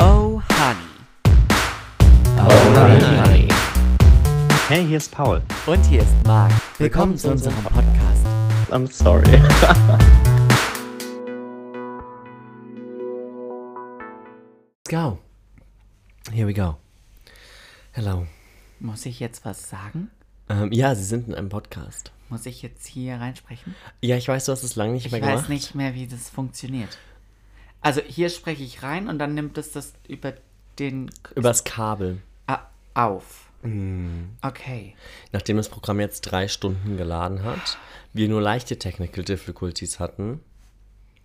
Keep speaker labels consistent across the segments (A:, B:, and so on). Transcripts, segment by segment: A: Oh, Honey. Oh,
B: Alright, honey.
C: Hey, hier ist Paul.
A: Und hier ist Marc. Willkommen zu unserem Podcast.
C: I'm sorry.
B: Let's go. Here we go. Hello.
A: Muss ich jetzt was sagen?
B: Ähm, ja, Sie sind in einem Podcast.
A: Muss ich jetzt hier reinsprechen?
B: Ja, ich weiß, du hast es lange nicht
A: Ich
B: mehr
A: weiß
B: gemacht.
A: nicht mehr, wie das funktioniert. Also hier spreche ich rein und dann nimmt es das über den
B: Übers Kabel.
A: a- auf. Mm. Okay.
B: Nachdem das Programm jetzt drei Stunden geladen hat, wir nur leichte Technical Difficulties hatten,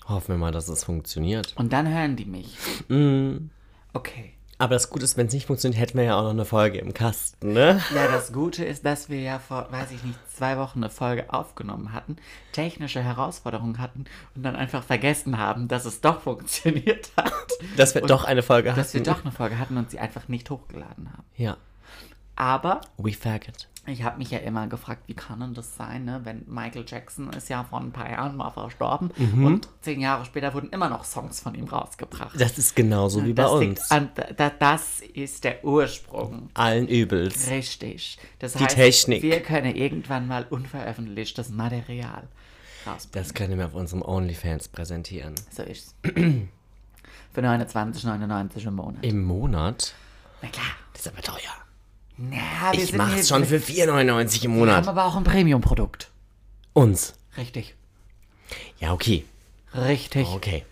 B: hoffen wir mal, dass es funktioniert.
A: Und dann hören die mich. Mm. Okay.
B: Aber das Gute ist, wenn es nicht funktioniert, hätten wir ja auch noch eine Folge im Kasten, ne?
A: Ja, das Gute ist, dass wir ja vor, weiß ich nicht, zwei Wochen eine Folge aufgenommen hatten, technische Herausforderungen hatten und dann einfach vergessen haben, dass es doch funktioniert hat.
B: Dass wir doch eine Folge
A: Dass wir
B: hatten.
A: doch eine Folge hatten und sie einfach nicht hochgeladen haben.
B: Ja.
A: Aber
B: We faggot.
A: ich habe mich ja immer gefragt, wie kann denn das sein, ne? wenn Michael Jackson ist ja vor ein paar Jahren mal verstorben
B: Mhm.
A: und zehn Jahre später wurden immer noch Songs von ihm rausgebracht.
B: Das ist genauso wie bei
A: Das liegt
B: uns.
A: an- da- das ist der Ursprung.
B: Allen Übels.
A: Richtig. Das
B: Die
A: heißt,
B: Technik.
A: wir können irgendwann mal unveröffentlichtes Material rausbringen.
B: Das können wir auf unserem OnlyFans präsentieren.
A: so ist's. Für 29,99 im Monat.
B: Im Monat?
A: Na klar.
B: Das ist aber teuer.
A: Na, wir
B: Ich
A: sind hier-
B: mach's schon für 4,99 im
A: Wir haben
B: Monat.
A: aber auch ein Premium-Produkt.
B: Uns.
A: Richtig.
B: Ja, okay.
A: Richtig.
B: Okay.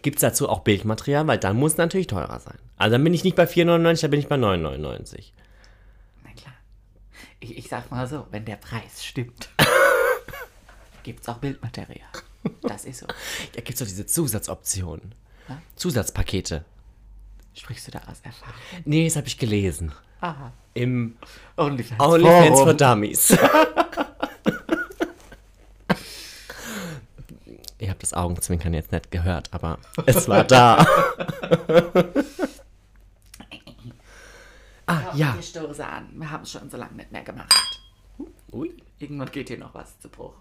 B: Gibt's dazu auch Bildmaterial? Weil dann muss es natürlich teurer sein. Also dann bin ich nicht bei 4,99, dann bin ich bei 9,99.
A: Na klar. Ich, ich sag mal so, wenn der Preis stimmt, gibt's auch Bildmaterial. Das ist so.
B: Da gibt's doch diese Zusatzoptionen.
A: Ja.
B: Zusatzpakete.
A: Sprichst du da aus Erfahrung?
B: Nee, das habe ich gelesen.
A: Aha.
B: Im
A: OnlyFans.
B: OnlyFans
A: Forum.
B: for Dummies. Ihr habt das Augenzwinkern jetzt nicht gehört, aber es war da. ah, ja.
A: Wir stoßen an. Wir haben es schon so lange nicht mehr gemacht.
B: Ui.
A: Irgendwann geht hier noch was zu Bruch.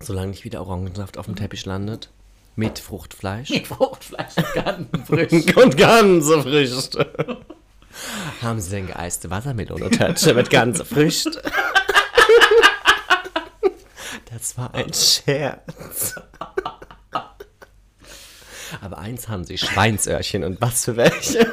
B: Solange nicht wieder Orangensaft auf dem Teppich landet. Mit Fruchtfleisch.
A: Mit Fruchtfleisch und ganz frisch.
B: Und ganze Früchte. Haben sie denn geeiste Wassermelonentätsche mit ganze Früchte? Das war ein Scherz. Aber eins haben sie, Schweinsöhrchen und was für welche.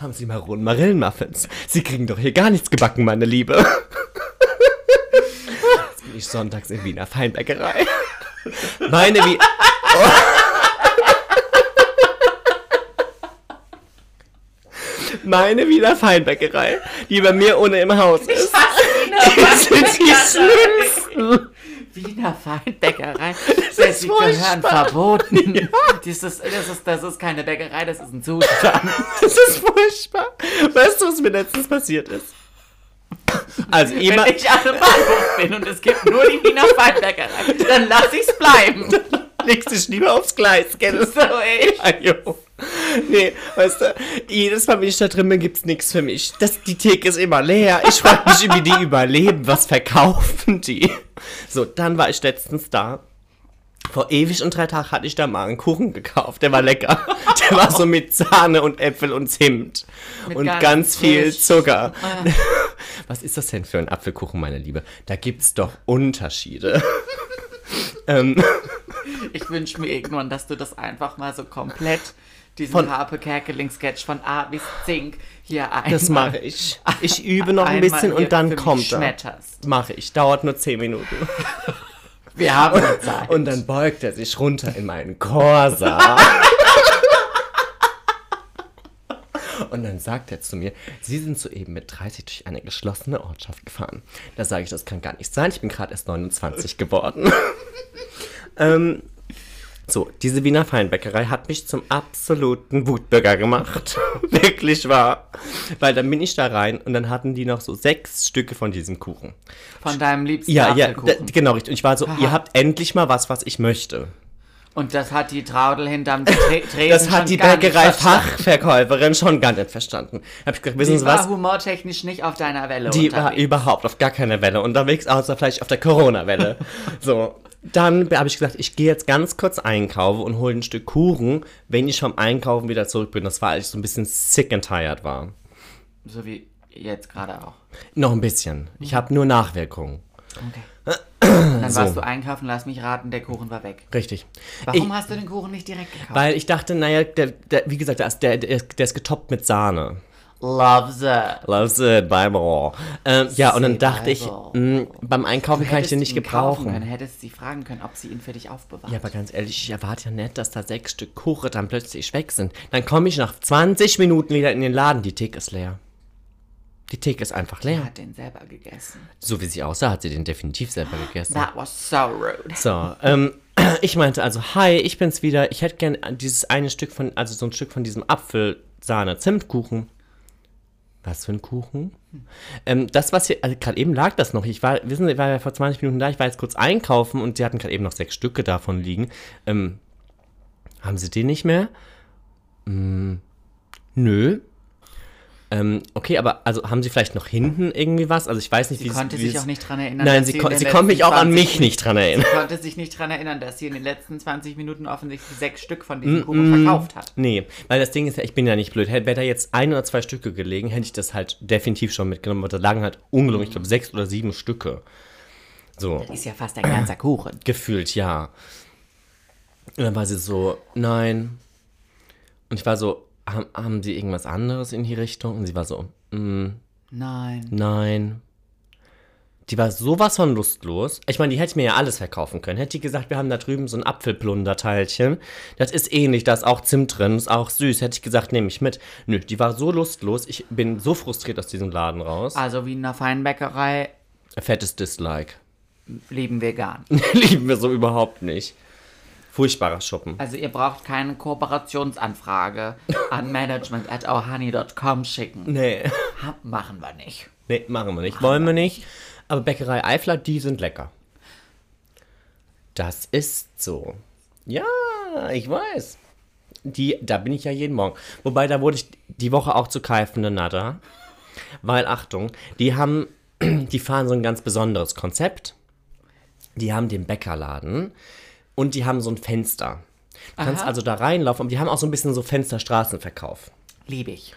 B: Haben sie Maronen Marillenmuffins. Sie kriegen doch hier gar nichts gebacken, meine Liebe. Jetzt bin ich sonntags in Wiener Feinbäckerei. Meine Oh. wie... Meine Wiener Feinbäckerei, die bei mir ohne im Haus ist. Das sind die schlimmsten.
A: Wiener Feinbäckerei. Das die
B: voll
A: gehören verboten. Das, ist, das, ist, das ist keine Bäckerei, das ist ein Zustand.
B: Das ist furchtbar. Weißt du, was mir letztens passiert ist? Also,
A: Wenn
B: jemand.
A: ich an einem Bahnhof bin und es gibt nur die Wiener Feinbäckerei, dann lass ich's bleiben.
B: legst dich lieber aufs Gleis, gell?
A: So ich.
B: Ah, jo. Nee, weißt du, jedes Mal, wenn ich da drin bin, gibt's nichts für mich. Das, die Theke ist immer leer. Ich frage mich, wie die überleben. Was verkaufen die? So, dann war ich letztens da. Vor ewig und drei Tagen hatte ich da mal einen Kuchen gekauft. Der war lecker. Der war so mit Sahne und Äpfel und Zimt.
A: Mit
B: und
A: ganz
B: ganz viel
A: frisch.
B: Zucker. Was ist das denn für ein Apfelkuchen, meine Liebe? Da gibt's doch Unterschiede.
A: Ich wünsche mir irgendwann, dass du das einfach mal so komplett, diesen
B: Von-
A: Harpe Kerkeling-Sketch von A bis Zink hier ein.
B: Das mache ich. Ich übe noch ein bisschen und dann kommt er.
A: Schmetterst.
B: Mache ich. Dauert nur 10 Minuten.
A: Wir haben noch Zeit.
B: Und dann beugt er sich runter in meinen Corsa. Und dann sagt er zu mir, Sie sind soeben mit 30 durch eine geschlossene Ortschaft gefahren. Da sage ich, das kann gar nicht sein. Ich bin gerade erst 29 geworden. ähm, so, diese Wiener Feinbäckerei hat mich zum absoluten Wutbürger gemacht. Wirklich wahr. Weil dann bin ich da rein und dann hatten die noch so sechs Stücke von diesem Kuchen.
A: von deinem liebsten
B: Ja, ja,
A: Apfelkuchen.
B: d- genau richtig. Und ich war so, ihr habt endlich mal was, was ich möchte.
A: Und das hat die Traudel hinterm Tre Tresen
B: Das
A: schon
B: hat die
A: gar nicht verstanden.
B: Bäckerei-Fachverkäuferin schon gar nicht verstanden. Hab ich gedacht, wissen
A: Die
B: Sie
A: war
B: was?
A: humortechnisch nicht auf deiner Welle
B: Die war
A: unterwegs.
B: überhaupt auf gar keiner Welle unterwegs, außer vielleicht auf der Corona-Welle. so. Dann habe ich gesagt, ich gehe jetzt ganz kurz einkaufen und hole ein Stück Kuchen, wenn ich vom Einkaufen wieder zurück bin. Das war, als ich so ein bisschen sick and tired war.
A: So wie jetzt gerade auch.
B: Noch ein bisschen. Ich habe nur Nachwirkungen.
A: Okay. Dann warst du einkaufen, lass mich raten, der Kuchen war weg.
B: Richtig.
A: Warum hast du den Kuchen nicht direkt gekauft?
B: Weil ich dachte, naja, der, der, wie gesagt, der, ist- der, der, ist- der ist getoppt mit Sahne.
A: Loves it.
B: Loves it, Bible. Ähm, ja, und dann
A: Say
B: dachte ich,
A: Bible.
B: mh, beim Einkaufen kann ich den nicht
A: Hättest ihn kaufen
B: gebrauchen.
A: Können, hättest sie fragen können, ob sie ihn für dich aufbewahrt.
B: Ja, aber ganz ehrlich, ich erwarte ja nicht, dass da sechs Stück Kuchen dann plötzlich weg sind. Dann komme ich nach 20 Minuten wieder in den Laden, die Theke ist leer. Die Theke ist einfach
A: Er
B: leer.
A: hat den selber gegessen.
B: So wie sie aussah, hat sie den definitiv selber
A: Ah,
B: gegessen.
A: That was so rude.
B: So, ähm, ich meinte also, hi, ich bin's wieder. Ich hätte gern dieses eine Stück von, also so ein Stück von diesem Apfel-Sahne-Zimtkuchen. Was für ein Kuchen?
A: Hm.
B: Ähm, das, was hier, also gerade eben lag das noch. Ich war, wissen Sie, ich war ja vor 20 Minuten da, ich war jetzt kurz einkaufen und sie hatten gerade eben noch sechs Stücke davon liegen. Ähm, haben Sie den nicht mehr? Mm, nö. Ähm, okay, aber also haben Sie vielleicht noch hinten irgendwie was? Also ich weiß nicht,
A: Sie
B: wie
A: konnte
B: wie
A: sich
B: es-
A: auch nicht dran erinnern.
B: Nein,
A: dass
B: sie,
A: in
B: kon
A: den
B: sie konnte mich
A: letzten
B: auch an
A: 20
B: mich nicht dran erinnern.
A: Sie konnte sich nicht dran erinnern, dass sie in den letzten 20 Minuten offensichtlich sechs Stück von diesem
B: Mm,
A: Kuchen verkauft hat.
B: Nee, weil das Ding ist ja, ich bin ja nicht blöd. Hätte wäre da jetzt ein oder zwei Stücke gelegen, hätte ich das halt definitiv schon mitgenommen. Aber da lagen halt ungelogen, ich glaube, sechs oder sieben Stücke. So,
A: Ist ja fast ein ganzer Kuchen.
B: gefühlt, ja. Und dann war sie so, nein. Und ich war so, haben, haben sie irgendwas anderes in die Richtung? Und sie war so, mm,
A: Nein.
B: nein. Die war sowas von lustlos. Ich meine, die hätte mir ja alles verkaufen können. Hätte die gesagt, wir haben da drüben so ein Apfelplunderteilchen. Das ist ähnlich, da ist auch Zimt drin, ist auch süß. Hätte ich gesagt, nehme ich mit. Nö, die war so lustlos. Ich bin so frustriert aus diesem Laden raus.
A: Also wie in einer Feinbäckerei
B: Fettes Dislike.
A: leben vegan.
B: Lieben wir so überhaupt nicht. Furchtbarer Schuppen.
A: Also ihr braucht keine Kooperationsanfrage an management at schicken.
B: Nee.
A: Ha- Machen wir nicht.
B: Nee, machen wir nicht. Wollen wir nicht. Aber Bäckerei Eifler, die sind lecker. Das ist so. Ja, ich weiß. Die, da bin ich ja jeden Morgen. Wobei, da wurde ich die Woche auch zu Kaifende Nada. Weil, Achtung, die haben, die fahren so ein ganz besonderes Konzept. Die haben den Bäckerladen und die haben so ein Fenster. Du kannst also da reinlaufen und die haben auch so ein bisschen so Fensterstraßenverkauf.
A: Lieb ich.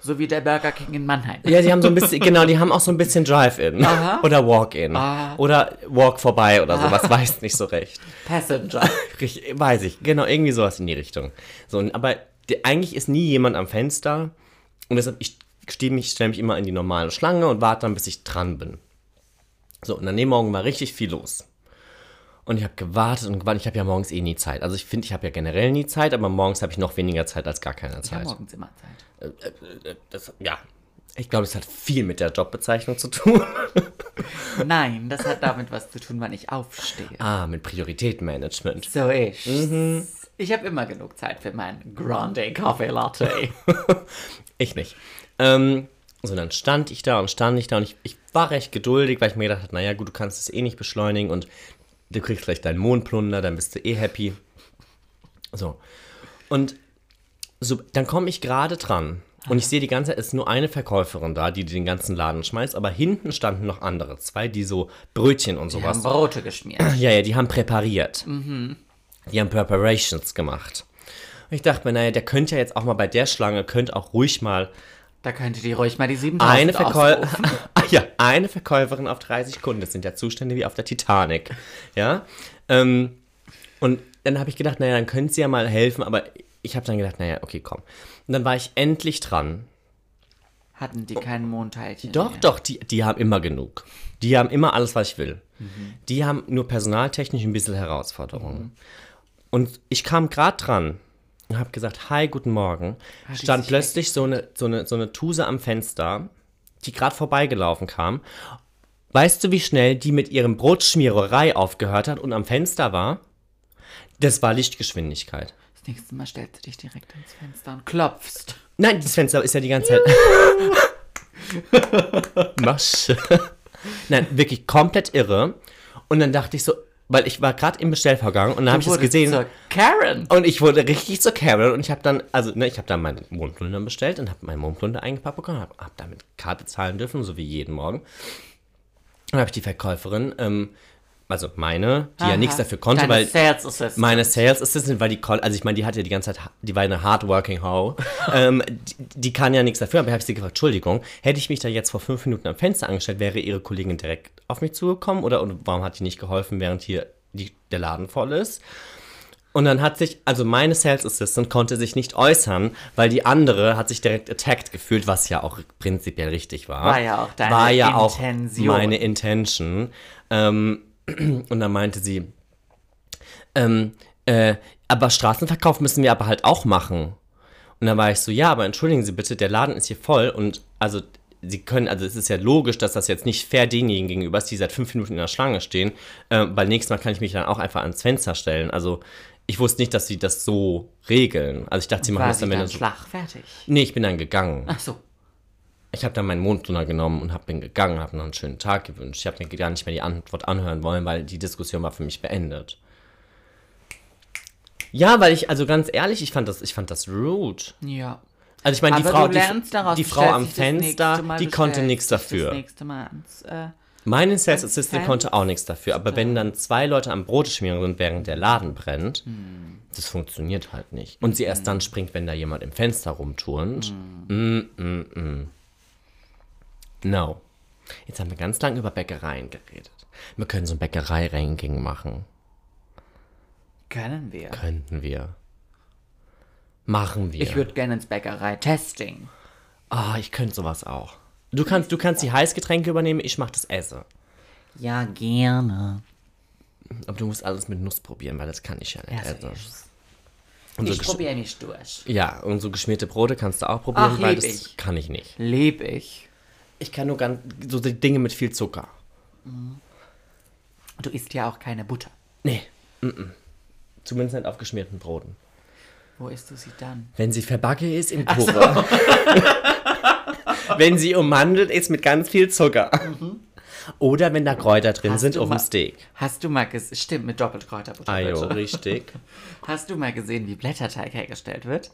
A: So wie der Burger King in Mannheim.
B: Ja, die haben so ein bisschen, genau, die haben auch so ein bisschen Drive-In oder Walk-In oder Walk vorbei oder sowas, weiß nicht so recht.
A: Passenger.
B: Richtig, weiß ich, genau, irgendwie sowas in die Richtung. So, und- aber die, eigentlich ist nie jemand am Fenster und deshalb, ich stehe mich, stelle mich immer in die normale Schlange und warte dann, bis ich dran bin. So, und an dem Morgen war richtig viel los. Und ich habe gewartet und gewartet. Ich habe ja morgens eh nie Zeit. Also ich finde, ich habe ja generell nie Zeit, aber morgens habe ich noch weniger Zeit als gar keine
A: Ich hab
B: Zeit.
A: morgens immer Zeit.
B: das, ja. Ich glaube, es hat viel mit der Jobbezeichnung zu tun.
A: Nein, das hat damit was zu tun, wann ich aufstehe.
B: Ah, mit Prioritätenmanagement.
A: So ich.
B: Mhm.
A: Ich habe immer genug Zeit für meinen Grande Coffee Latte.
B: Ich nicht. Ähm, so, dann stand ich da und stand ich da und ich, ich war recht geduldig, weil ich mir gedacht habe, naja gut, du kannst es eh nicht beschleunigen und du kriegst vielleicht deinen Mondplunder, dann bist du eh happy. So. Und so, dann komme ich gerade dran und ich sehe die ganze Zeit, es ist nur eine Verkäuferin da, die den ganzen Laden schmeißt, aber hinten standen noch andere, zwei, die so Brötchen und
A: Wir
B: sowas.
A: haben Brote geschmiert.
B: Ja, ja, die haben präpariert. Die haben Preparations gemacht. Und ich dachte mir, naja, der könnte ja jetzt auch mal bei der Schlange, könnte auch ruhig mal
A: Da könntet ihr ruhig mal die 7000
B: eine, Verkäu
A: ausrufen.
B: ah, ja, eine Verkäuferin auf 30 Kunden. Das sind ja Zustände wie auf der Titanic. Ja. Ähm, und dann habe ich gedacht, naja, dann können sie ja mal helfen, aber ich habe dann gedacht, naja, okay, komm. Und dann war ich endlich dran.
A: Hatten die keinen Mondteilchen?
B: Doch,
A: mehr?
B: doch, die, die haben immer genug. Die haben immer alles, was ich will. Die haben nur personaltechnisch ein bisschen Herausforderungen. Und ich kam gerade dran und habe gesagt, hi, guten Morgen.
A: die
B: Stand
A: sich
B: plötzlich so eine, so, eine, so eine Tuse am Fenster, die gerade vorbeigelaufen kam. Weißt du, wie schnell die mit ihrem Brotschmiererei aufgehört hat und am Fenster war? Das war Lichtgeschwindigkeit.
A: Das nächste Mal stellst du dich direkt ans Fenster und klopfst.
B: Nein, das Fenster ist ja die ganze Zeit. Masch. Nein, wirklich komplett irre. Und dann dachte ich so, Weil ich war gerade im Bestellvorgang und dann habe ich es
A: Wurde
B: gesehen.
A: Zur Karen.
B: Und ich wurde richtig zur Carol und ich habe dann, also ne, ich habe dann meinen Mondlunder bestellt und habe meinen Mondlunder eingepackt bekommen, habe hab damit Karte zahlen dürfen, so wie jeden Morgen. Und dann habe ich die Verkäuferin, ähm, also meine, die ja nichts dafür konnte,
A: Deine
B: weil
A: Sales Assistant.
B: meine Sales Assistant, weil die, call- also ich meine, die hat ja die ganze Zeit, die war eine hardworking Ho, ähm, die, die kann ja nichts dafür, aber ich habe sie gefragt, Entschuldigung, hätte ich mich da jetzt vor fünf Minuten am Fenster angestellt, wäre ihre Kollegin direkt auf mich zugekommen oder und warum hat die nicht geholfen, während hier die, der Laden voll ist? Und dann hat sich, also meine Sales Assistant konnte sich nicht äußern, weil die andere hat sich direkt attacked gefühlt, was ja auch prinzipiell richtig war.
A: War ja auch deine
B: War ja auch
A: Intention.
B: meine Intention. Ähm, und dann meinte sie, ähm, äh, aber Straßenverkauf müssen wir aber halt auch machen. Und dann war ich so, ja, aber entschuldigen Sie bitte, der Laden ist hier voll und also Sie können, also es ist ja logisch, dass das jetzt nicht fair denjenigen gegenüber ist, die seit fünf Minuten in der Schlange stehen. Ähm, weil nächstes Mal kann ich mich dann auch einfach ans Fenster stellen. Also ich wusste nicht, dass sie das so regeln. Also ich dachte, sie machen
A: war
B: das
A: sie
B: dann, wenn
A: dann
B: das so.
A: schlagfertig.
B: Nee, ich bin dann gegangen.
A: Ach so.
B: Ich habe dann meinen Mondlunder genommen und hab bin gegangen, habe noch einen schönen Tag gewünscht. Ich habe mir gar nicht mehr die Antwort anhören wollen, weil die Diskussion war für mich beendet. Ja, weil ich, also ganz ehrlich, ich fand das, ich fand das rude.
A: Ja.
B: Also ich meine, die
A: Aber
B: Frau,
A: du
B: die,
A: lernst daraus,
B: die
A: du
B: Frau
A: stellst
B: am
A: dich das nächste
B: Fenster,
A: Mal,
B: die
A: du
B: konnte
A: stellst
B: nichts
A: dich Das
B: dafür.
A: nächste Mal ans, äh,
B: Meine Sales
A: am
B: Assistant
A: Fenster.
B: konnte auch nichts dafür. Aber wenn dann zwei Leute am Brot schmieren sind, während der Laden brennt,
A: Hm.
B: das funktioniert halt nicht. Und sie erst dann springt, wenn da jemand im Fenster rumturnt.
A: Hm.
B: Mm, mm, mm. No. Jetzt haben wir ganz lange über Bäckereien geredet. Wir können so ein Bäckerei-Ranking machen.
A: können wir.
B: Könnten wir. Machen wir.
A: Ich würde gerne ins Bäckerei-Testing.
B: Ah, ich könnte sowas auch. Du kannst, du kannst die Heißgetränke übernehmen, ich mach das Essen.
A: Ja, gerne.
B: Aber du musst alles mit Nuss probieren, weil das kann ich ja nicht.
A: Also,
B: essen.
A: ich
B: Und so
A: ich
B: gesch-
A: probiere mich durch.
B: Ja, und so geschmierte Brote kannst du auch probieren,
A: Ach,
B: weil
A: lieb
B: das
A: ich.
B: kann ich nicht.
A: Leb ich.
B: Ich kann nur ganz so die Dinge mit viel Zucker.
A: Du isst ja auch keine Butter.
B: Nee. Mm -mm. Zumindest nicht auf geschmierten Broten.
A: Wo isst du sie dann?
B: Wenn sie verbacke ist, im Kuchen. wenn sie ummandelt ist mit ganz viel Zucker. Oder wenn da Kräuter drin sind
A: du
B: auf
A: mal-
B: dem Steak.
A: Hast du mal gesehen, stimmt, mit Doppelkräuterbutter.
B: Ajo,
A: bitte.
B: richtig.
A: Hast du mal gesehen, wie Blätterteig hergestellt wird?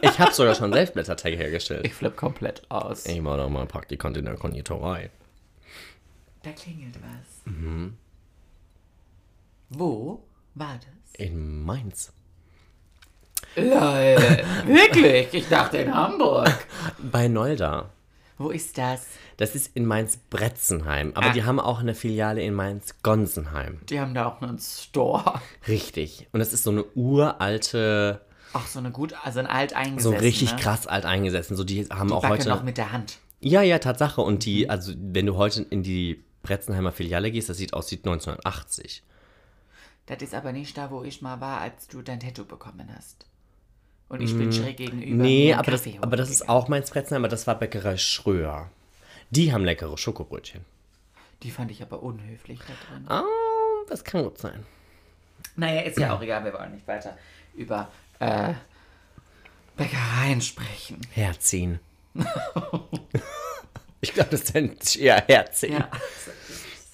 B: Ich habe sogar schon selbst Blätterteig hergestellt.
A: Ich flipp komplett aus.
B: Ich war doch mal Praktikant in der Konditorei.
A: Da klingelt was.
B: Mhm.
A: Wo war das?
B: In Mainz.
A: Wirklich? Ich dachte in Hamburg.
B: Bei Nolda.
A: Wo ist das?
B: Das ist in Mainz-Bretzenheim. Aber
A: Ah.
B: die haben auch eine Filiale in Mainz-Gonsenheim.
A: Die haben da auch einen Store.
B: Richtig. Und das ist so eine uralte,
A: Ach, so eine gut, also ein alt
B: so
A: eingesessen.
B: richtig
A: ne?
B: krass alt eingesessen. So die haben auch
A: Backe
B: heute.
A: noch mit Mhm. der Hand.
B: ja, ja, Tatsache. Und die, also wenn du heute in die Bretzenheimer Filiale gehst, das sieht aus wie 1980.
A: Das ist aber nicht da, wo ich mal war, als du dein Tattoo bekommen hast. Und ich bin schräg gegenüber.
B: Mhm. Nee,
A: mir einen
B: aber das,
A: Kaffee holen
B: aber das ist
A: gegangen.
B: auch Mainz-Bretzenheim, aber das war Bäckerei Schröer. Die haben leckere Schokobrötchen.
A: Die fand ich aber unhöflich da drin.
B: Ah, das kann gut sein.
A: Naja, ist ja auch egal, wir wollen nicht weiter über äh, Bäckereien sprechen.
B: Herziehen. ich glaube, das nennt eher Herziehen.
A: Ja.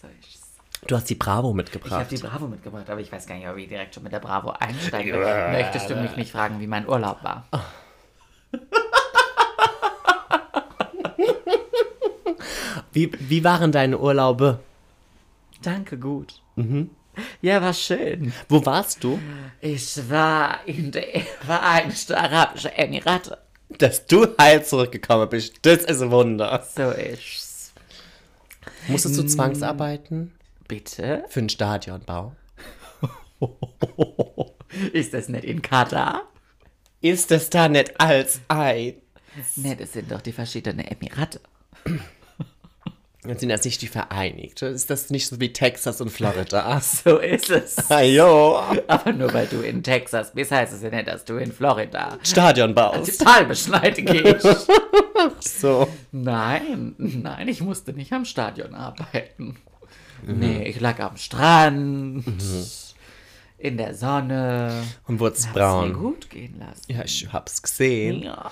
A: So, ich
B: Du hast die
A: ich
B: Bravo
A: habe
B: mitgebracht.
A: die Bravo mitgebracht, aber ich weiß gar nicht, ob ich direkt schon mit der Bravo einsteige. Möchtest du mich nicht fragen, wie mein Urlaub war?
B: wie, wie waren deine Urlaube?
A: Danke, gut. Ja, war schön.
B: Wo warst du?
A: Ich war in den Vereinigten Arabischen Emiraten.
B: Dass du heil zurückgekommen bist, das ist ein Wunder.
A: So ist's.
B: Musstest
A: Hm.
B: du zwangsarbeiten?
A: Bitte?
B: Für einen Stadionbau?
A: Ist das nicht in Katar?
B: Ist das da nicht als ein?
A: Ne, das sind doch die verschiedenen Emirate.
B: Dann sind das nicht die Vereinigte. Ist das nicht so wie Texas und Florida? Ah,
A: So ist es.
B: Ajo.
A: Aber nur weil du in Texas bist, heißt es ja nicht, dass du in Florida
B: Stadionbau.
A: total beschneide gehst.
B: So.
A: nein, nein, ich musste nicht am Stadion arbeiten.
B: Mhm.
A: Nee, ich lag am Strand, in der Sonne.
B: Und wurd's
A: Mir
B: braun.
A: gut gehen lassen.
B: Ja, ich hab's gesehen.
A: Ja.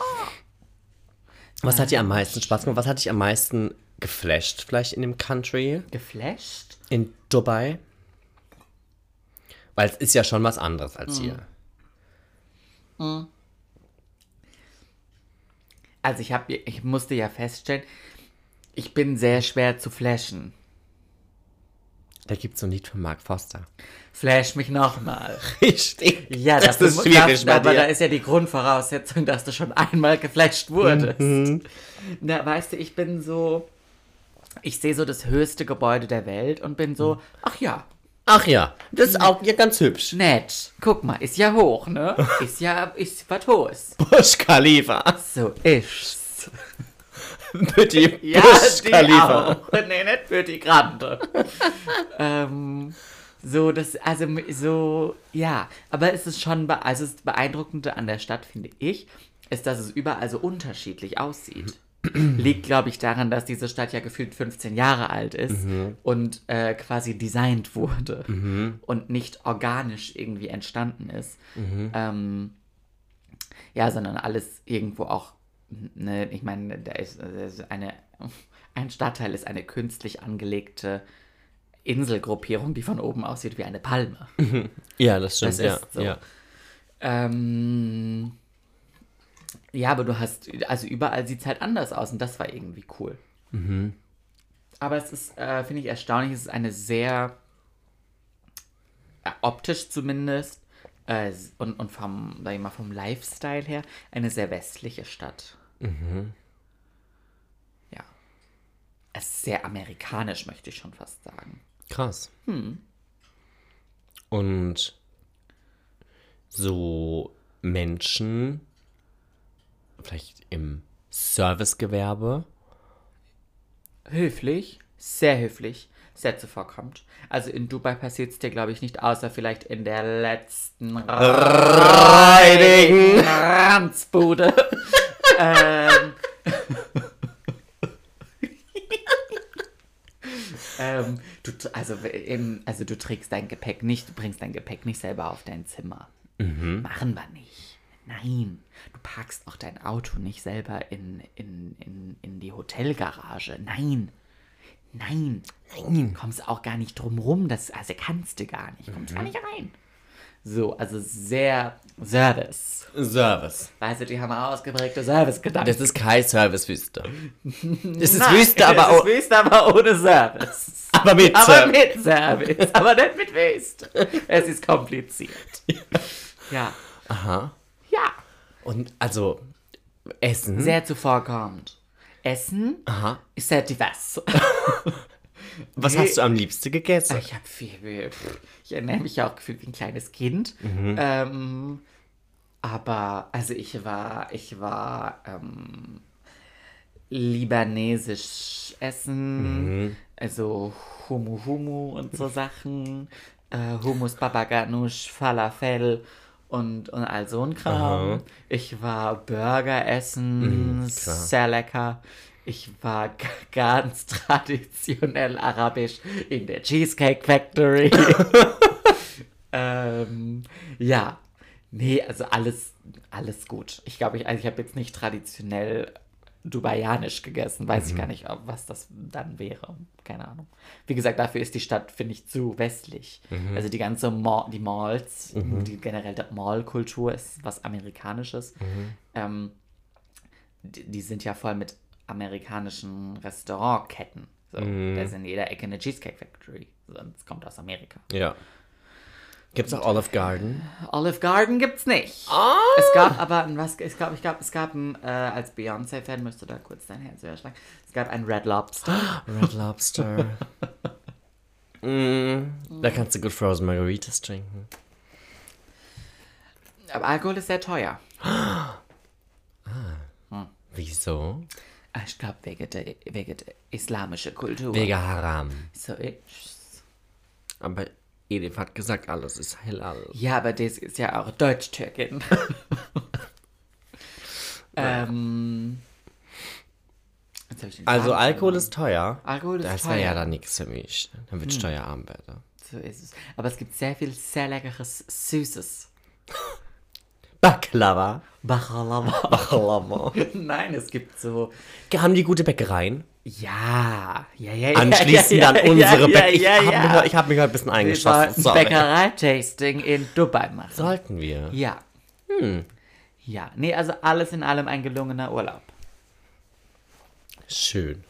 B: Was hat dir am meisten Spaß gemacht? Was hat dich am meisten geflasht vielleicht in dem Country?
A: Geflasht?
B: In Dubai? Weil es ist ja schon was anderes
A: Mhm.
B: als hier.
A: Also ich habe, ich musste ja feststellen, ich bin sehr schwer zu flashen.
B: Da gibt es so ein Lied von Mark Foster.
A: Flash mich nochmal.
B: Richtig.
A: Ja, das, ist schwierig darfst, Aber da ist ja die Grundvoraussetzung, dass du schon einmal geflasht wurdest. Na, weißt du, ich bin so, ich sehe so das höchste Gebäude der Welt und bin so, ach ja,
B: Ach ja, das ist auch ja ganz hübsch.
A: nett. Guck mal, ist ja hoch, ne? Ist ja, ist was hohes.
B: Busch Khalifa.
A: So ist's.
B: Bitte
A: Ja,
B: Busch
A: die
B: Khalifa.
A: auch. Nee, nicht für die Grande. ähm, so, das, also, m- so, ja. Aber es ist schon, bee- also das Beeindruckende an der Stadt, finde ich, ist, dass es überall so unterschiedlich aussieht. Liegt, glaube ich, daran, dass diese Stadt ja gefühlt 15 Jahre alt ist und äh, quasi designt wurde und nicht organisch irgendwie entstanden ist. Ähm, ja, sondern alles irgendwo auch, ne, ich meine, da ist, da ist eine, ein Stadtteil ist eine künstlich angelegte Inselgruppierung, die von oben aussieht wie eine Palme.
B: Ja, das stimmt.
A: Das ist so. ähm, ja, aber du hast, also überall sieht es halt anders aus und das war irgendwie cool. Aber es ist, äh, finde ich erstaunlich, es ist eine sehr, äh, optisch zumindest, äh, s- und, und vom, sag ich mal, vom Lifestyle her, eine sehr westliche Stadt. Ja. Es ist sehr amerikanisch, möchte ich schon fast sagen.
B: Krass.
A: Hm.
B: Und so Menschen, vielleicht im Servicegewerbe.
A: Höflich, sehr höflich, sehr zuvorkommend. Also in Dubai passiert es dir, glaube ich, nicht, außer vielleicht in der letzten reinigen Ranzbude. ähm, ähm, du, tr- also, im, also du trägst dein Gepäck nicht, du bringst dein Gepäck nicht selber auf dein Zimmer. Machen wir nicht. Nein, du parkst auch dein Auto nicht selber in, in, in, in die Hotelgarage. Nein. Nein. Nein. Kommst auch gar nicht drum rum. Das, also kannst du gar nicht. Kommst gar nicht rein. So, also sehr Service.
B: Service.
A: Weißt du, die haben ausgeprägte Servicegedanken.
B: Das ist keine Servicewüste. Es ist
A: Nein,
B: Wüste, aber,
A: es ist
B: auch,
A: Wüste, aber ohne Service.
B: aber mit
A: Aber
B: Service.
A: mit Service, aber nicht mit Wüste. Es ist kompliziert. Ja.
B: Aha.
A: Ja.
B: Und also Essen.
A: Sehr zuvorkommend. Essen
B: Aha.
A: ist sehr divers.
B: Was
A: Nee.
B: hast du am liebsten gegessen?
A: Ich habe viel. pff, Ich ernähre mich ja auch gefühlt wie ein kleines Kind.
B: Mhm.
A: Ähm, aber also ich war, ich war ähm, libanesisch essen, also Humu Humu und so Sachen, äh, Hummus Babaganush, Falafel und, und all so ein Kram. Ich war Burger essen,
B: klar.
A: sehr lecker. Ich war g- ganz traditionell arabisch in der Cheesecake Factory. ähm, ja, nee, also alles, alles gut. Ich glaube, ich, also ich habe jetzt nicht traditionell dubaianisch gegessen. Weiß ich gar nicht, ob- was das dann wäre. Keine Ahnung. Wie gesagt, dafür ist die Stadt, finde ich, zu westlich. Also die ganze Ma die Malls, die generell der Mall-Kultur ist was Amerikanisches. Ähm, die, die sind ja voll mit amerikanischen Restaurantketten. So, Da ist in jeder Ecke eine Cheesecake Factory. Sonst kommt aus Amerika.
B: Ja. Gibt's auch Olive Garden?
A: Olive Garden gibt's nicht. Es gab aber ein, was, es gab, ich glaube, es gab ein, äh, als Beyoncé-Fan müsst du da kurz dein Herz höher schlagen. Es gab ein Red Lobster.
B: Red Lobster. mm, da kannst du gut Frozen Margaritas trinken.
A: Aber Alkohol ist sehr teuer.
B: Wieso?
A: Ich glaube, wegen der, wegen der islamischen Kultur.
B: Wegen Haram.
A: So ist's.
B: Aber Edith hat gesagt, alles ist halal.
A: Ja, aber das ist ja auch Deutsch-Türkin. ähm, jetzt hab ich den
B: Also
A: Faden
B: Alkohol
A: verloren.
B: ist teuer. Hm.
A: Alkohol ist
B: das
A: teuer.
B: wäre ja dann nichts für mich. Dann wird steuerarm werden.
A: So ist es. Aber es gibt sehr viel sehr leckeres Süßes.
B: Baklava.
A: Bachalava.
B: Baklava.
A: Nein, es gibt so.
B: Haben die gute Bäckereien?
A: Ja, ja, ja. ja,
B: Anschließend
A: ja,
B: dann
A: ja,
B: unsere
A: ja,
B: Bäckerei. Ich
A: ja,
B: habe
A: ja.
B: mich, heute- ich hab mich heute ein bisschen
A: Wir
B: eingeschossen.
A: sollten
B: Sorry.
A: Bäckerei-Tasting in Dubai machen.
B: Sollten wir.
A: Ja.
B: Hm.
A: Ja, nee, also alles in allem ein gelungener Urlaub.
B: Schön.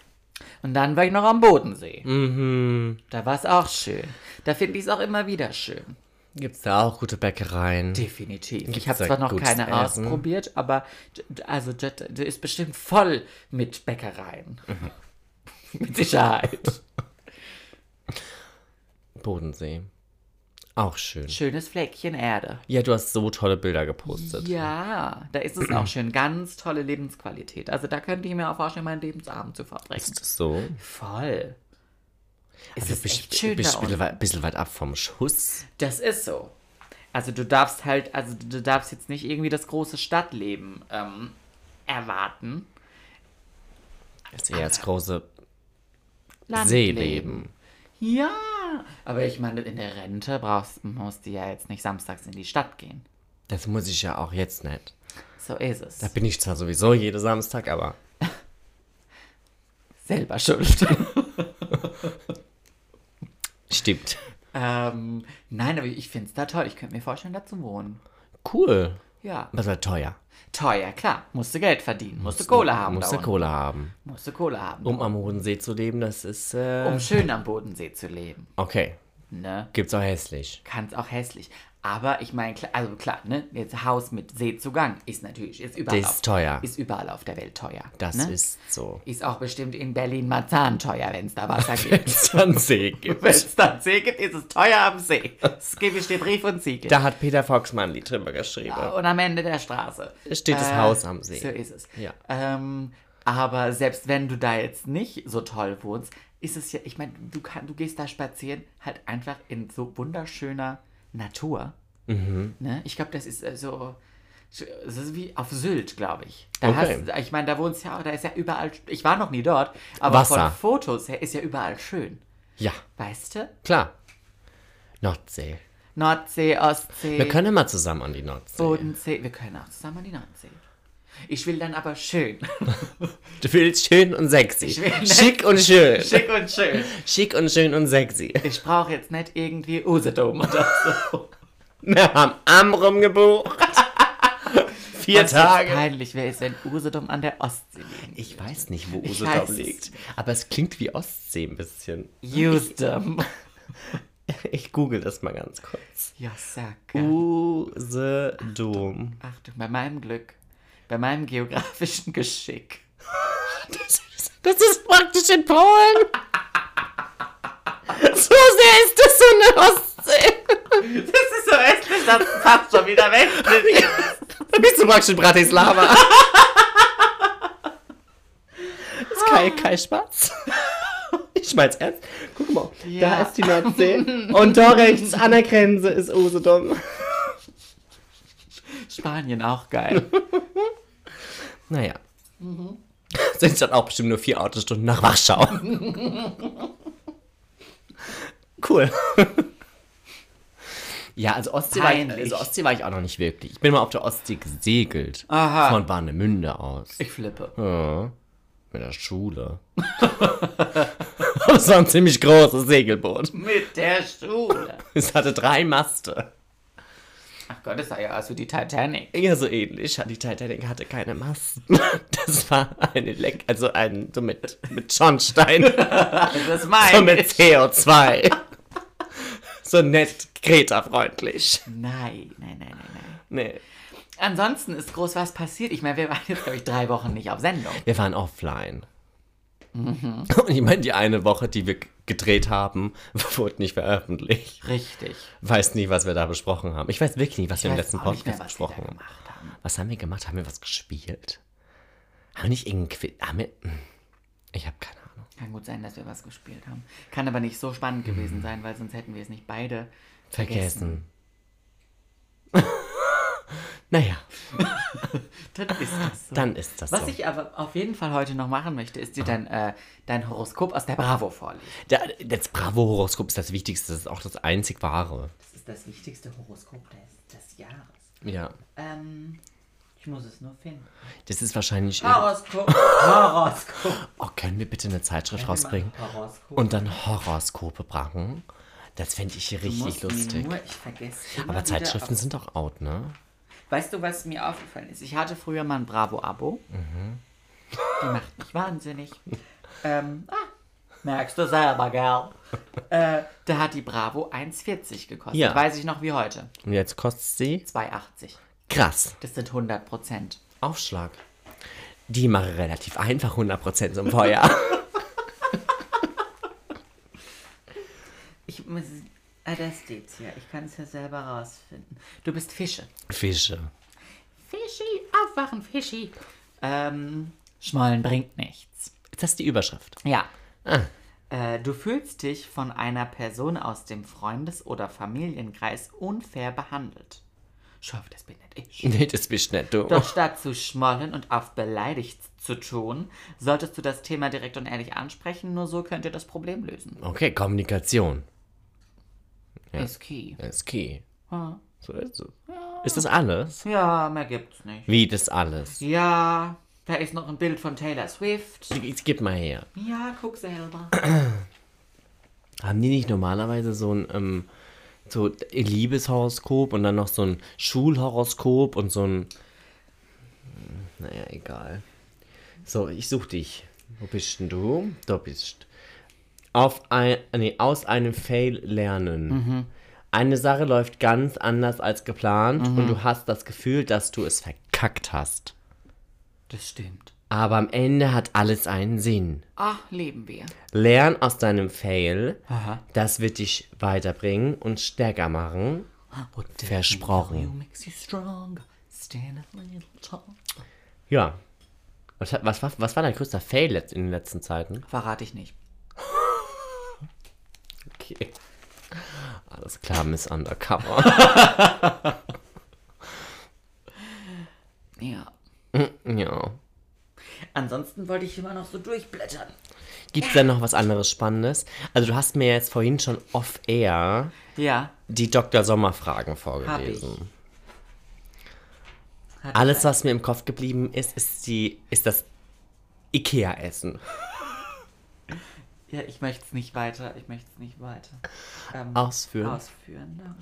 A: Und dann war ich noch am Bodensee.
B: Mhm.
A: Da war es auch schön. Da finde ich es auch immer wieder schön.
B: Gibt's da auch gute Bäckereien?
A: Definitiv. ich
B: Gibt's
A: habe
B: da
A: zwar noch
B: gutes
A: keine
B: Essen?
A: ausprobiert, aber d- d- also d- d- ist bestimmt voll mit Bäckereien.
B: Mhm.
A: mit Sicherheit.
B: Bodensee. Auch schön.
A: Schönes Fleckchen Erde.
B: Ja, du hast so tolle Bilder gepostet.
A: Ja, da ist es auch schön. Ganz tolle Lebensqualität. Also da könnte ich mir auch vorstellen, meinen Lebensabend zu verbringen.
B: Ist das so?
A: Voll. Es ist
B: bist,
A: echt schön
B: bist
A: da
B: bisschen,
A: unten.
B: weit, bisschen weit ab vom Schuss.
A: Das ist so. Also du darfst halt, also du darfst jetzt nicht irgendwie das große Stadtleben ähm, erwarten.
B: Ist eher
A: Ah,
B: das große
A: Landleben.
B: Seeleben.
A: Ja, aber ich meine, in der Rente brauchst, musst du ja jetzt nicht samstags in die Stadt gehen.
B: Das muss ich ja auch jetzt nicht.
A: So ist es.
B: Da bin ich zwar sowieso jeden Samstag, aber
A: Selber schuld.
B: stimmt.
A: ähm, nein, aber ich finde es da toll. Ich könnte mir vorstellen, da zu wohnen.
B: Cool.
A: Ja.
B: Aber es war teuer.
A: Teuer, klar. Musst du Geld verdienen. Musst, du Kohle haben.
B: Musst
A: da
B: du
A: unten.
B: Kohle haben.
A: Musst du Kohle haben.
B: Um am Bodensee zu leben, das ist. Äh,
A: um schön am Bodensee zu leben.
B: okay.
A: Ne?
B: Gibt's auch hässlich.
A: Kann's auch hässlich. Aber ich meine, kla- also klar, ne? Jetzt Haus mit Seezugang ist natürlich, ist überall.
B: Das ist
A: auf,
B: teuer.
A: Ist überall auf der Welt teuer.
B: Das
A: ne?
B: ist so.
A: Ist auch bestimmt in Berlin-Marzahn teuer, wenn es da Wasser
B: Wenn
A: gibt.
B: es dann See gibt.
A: Wenn es da See gibt, ist es teuer am See. Es gibt steht Brief und Siegel.
B: Da hat Peter Foxmann ein Lied drüber geschrieben.
A: und am Ende der Straße. Äh,
B: Steht das Haus am See.
A: So ist es.
B: Ja.
A: Ähm, aber selbst wenn du da jetzt nicht so toll wohnst, ist es ja, ich meine, du, kann, du gehst da spazieren, halt einfach in so wunderschöner Natur.
B: Mhm.
A: Ne? Ich glaube, das ist äh, so, es ist wie auf Sylt, glaube ich. Da
B: Okay.
A: hast, ich meine, da wohnst ja, da ist ja überall, ich war noch nie dort, aber
B: Wasser.
A: von Fotos her ist ja überall schön.
B: Ja,
A: Weißt du?
B: klar. Nordsee.
A: Nordsee, Ostsee.
B: Wir können mal zusammen an die Nordsee.
A: Bodensee. Wir können auch zusammen an die Nordsee. Ich will dann aber schön.
B: Du willst schön und sexy.
A: Ich will-
B: Schick und schön.
A: Schick und schön.
B: Schick und schön und sexy.
A: Ich brauche jetzt nicht irgendwie Usedom oder so.
B: Wir haben Arm rumgebucht. Vier
A: Was jetzt
B: Tage.
A: peinlich wäre es, wenn Usedom an der Ostsee liegt.
B: Ich weiß nicht, wo
A: Ich
B: Usedom
A: weiß es
B: liegt. Aber es klingt wie Ostsee ein bisschen.
A: Usedom.
B: Ich google das mal ganz kurz.
A: Ja, sag.
B: Usedom.
A: Achtung, bei meinem Glück. Bei meinem geografischen Geschick.
B: Das ist praktisch in Polen. So sehr ist das so eine Ostsee.
A: Das ist so hässlich, das passt schon wieder weg.
B: Da bist du praktisch in Bratislava. ist kein, kein Spaß. Ich mein's ernst. Guck mal,
A: Ja.
B: da ist die Nordsee. Und da rechts an der Grenze ist Usedom.
A: Spanien auch geil.
B: Naja.
A: Mhm.
B: Sind dann auch bestimmt nur vier Autostunden nach Warschau. cool. ja, also Ostsee, war ich,
A: Peinlich.
B: also Ostsee war ich auch noch nicht wirklich. Ich bin mal auf der Ostsee gesegelt.
A: Aha.
B: Von Warnemünde aus.
A: Ich flippe.
B: Ja, mit der Schule. das war ein ziemlich großes Segelboot.
A: Mit der Schule.
B: Es hatte drei Maste.
A: Ach Gott, das sah ja aus wie die Titanic.
B: Ja, so ähnlich. Die Titanic hatte keine Masten. Das war eine Leck, also ein, so mit, mit Schornstein.
A: Das ist
B: So mit
A: mein.
B: CO2. So nett Greta-freundlich.
A: Nein, nein, nein, nein, nein.
B: Nee.
A: Ansonsten ist groß was passiert. Ich meine, wir waren jetzt, glaube ich, drei Wochen nicht auf Sendung.
B: Wir waren offline.
A: Mhm.
B: Und ich meine, die eine Woche, die wir gedreht haben, wurde nicht veröffentlicht.
A: Richtig.
B: Weiß nicht, was wir da besprochen haben. Ich weiß wirklich nicht, was wir im
A: Weiß
B: letzten
A: auch nicht mehr, was wir
B: Podcast
A: da
B: besprochen haben.
A: gemacht haben.
B: Was haben wir gemacht? Haben wir was gespielt? Haben wir nicht irgendeinen Quiz? Haben wir. hm. Ich habe keine Ahnung.
A: Kann gut sein, dass wir was gespielt haben. Kann aber nicht so spannend
B: Mhm.
A: gewesen sein, weil sonst hätten wir es nicht beide vergessen.
B: Vergessen. naja,
A: Das ist das so.
B: dann ist das
A: was
B: so.
A: ich aber auf jeden Fall heute noch machen möchte, ist dir dein, äh, dein Horoskop aus der Bravo vorlesen.
B: Da, das Bravo-Horoskop ist das Wichtigste. Das ist auch das einzig Wahre.
A: Das ist das wichtigste Horoskop des, des Jahres.
B: Ja.
A: Ähm, ich muss es nur finden.
B: Das ist wahrscheinlich.
A: Horoskop. Horoskop.
B: Oh, können wir bitte eine Zeitschrift rausbringen?
A: Horoskop.
B: Und dann Horoskope bracken? Das fände ich
A: Du
B: richtig
A: musst mir
B: lustig.
A: Nur, ich vergesse immer
B: Aber
A: wieder
B: Zeitschriften
A: auf-
B: sind doch out, ne?
A: Weißt du, was mir aufgefallen ist? Ich hatte früher mal ein Bravo-Abo. Die macht mich wahnsinnig. ähm, ah, merkst du selber, gell? äh, da hat die Bravo 1,40 gekostet.
B: Ja.
A: Weiß ich noch wie heute.
B: Und jetzt kostet sie.
A: 2,80.
B: Krass.
A: Das sind 100 Prozent.
B: Aufschlag. Die mache relativ einfach 100% zum Feuer.
A: Ich muss. Ah, da steht's hier. Ich kann es ja selber rausfinden. Du bist Fische.
B: Fische.
A: Fischi, aufwachen, Fischi. Ähm, Schmollen bringt nichts.
B: Ist das die Überschrift?
A: Ja. Äh, du fühlst dich von einer Person aus dem Freundes- oder Familienkreis unfair behandelt. Ich hoffe, das bin nicht ich.
B: Nee, das bist nicht du.
A: Doch statt zu schmollen und auf beleidigt zu tun, solltest du das Thema direkt und ehrlich ansprechen, nur so könnt ihr das Problem lösen.
B: Okay, Kommunikation.
A: Ist key.
B: Das ist key.
A: Ja.
B: So ist es. Ist das alles?
A: Ja, mehr gibt's nicht.
B: Wie das alles?
A: Ja, da ist noch ein Bild von Taylor Swift.
B: Jetzt gib mal her.
A: Ja, guck selber.
B: Haben die nicht normalerweise so ein ähm, so Liebeshoroskop und dann noch so ein Schulhoroskop und so ein. hm, Naja, egal. So, ich such dich. Wo bist denn du? Da bist. Auf ein, nee, aus einem Fail lernen. Eine Sache läuft ganz anders als geplant und du hast das Gefühl, dass du es verkackt hast.
A: Das stimmt.
B: Aber am Ende hat alles einen Sinn.
A: Ach, leben wir.
B: Lern aus deinem Fail. Das wird dich weiterbringen und stärker machen.
A: Oh,
B: Versprochen.
A: You makes you stronger. Stand a little tall.
B: Ja. Was, hat- was, war- was war dein größter Fail letzt- in den letzten Zeiten?
A: Verrate ich nicht.
B: Okay. Alles klar, Miss Undercover.
A: Ja.
B: ja.
A: Ansonsten wollte ich immer noch so durchblättern.
B: Gibt es denn noch was anderes Spannendes? Also, du hast mir jetzt vorhin schon off-air
A: Ja.
B: die Dr. Sommer-Fragen
A: Hab ich.
B: vorgelesen.
A: Hat
B: Alles,
A: sein.
B: was mir im Kopf geblieben ist, ist, die, ist das Ikea-Essen.
A: Ja, ich möchte es nicht weiter. Ich möchte es nicht weiter. Ähm,
B: Ausführen.
A: Ausführen, danke.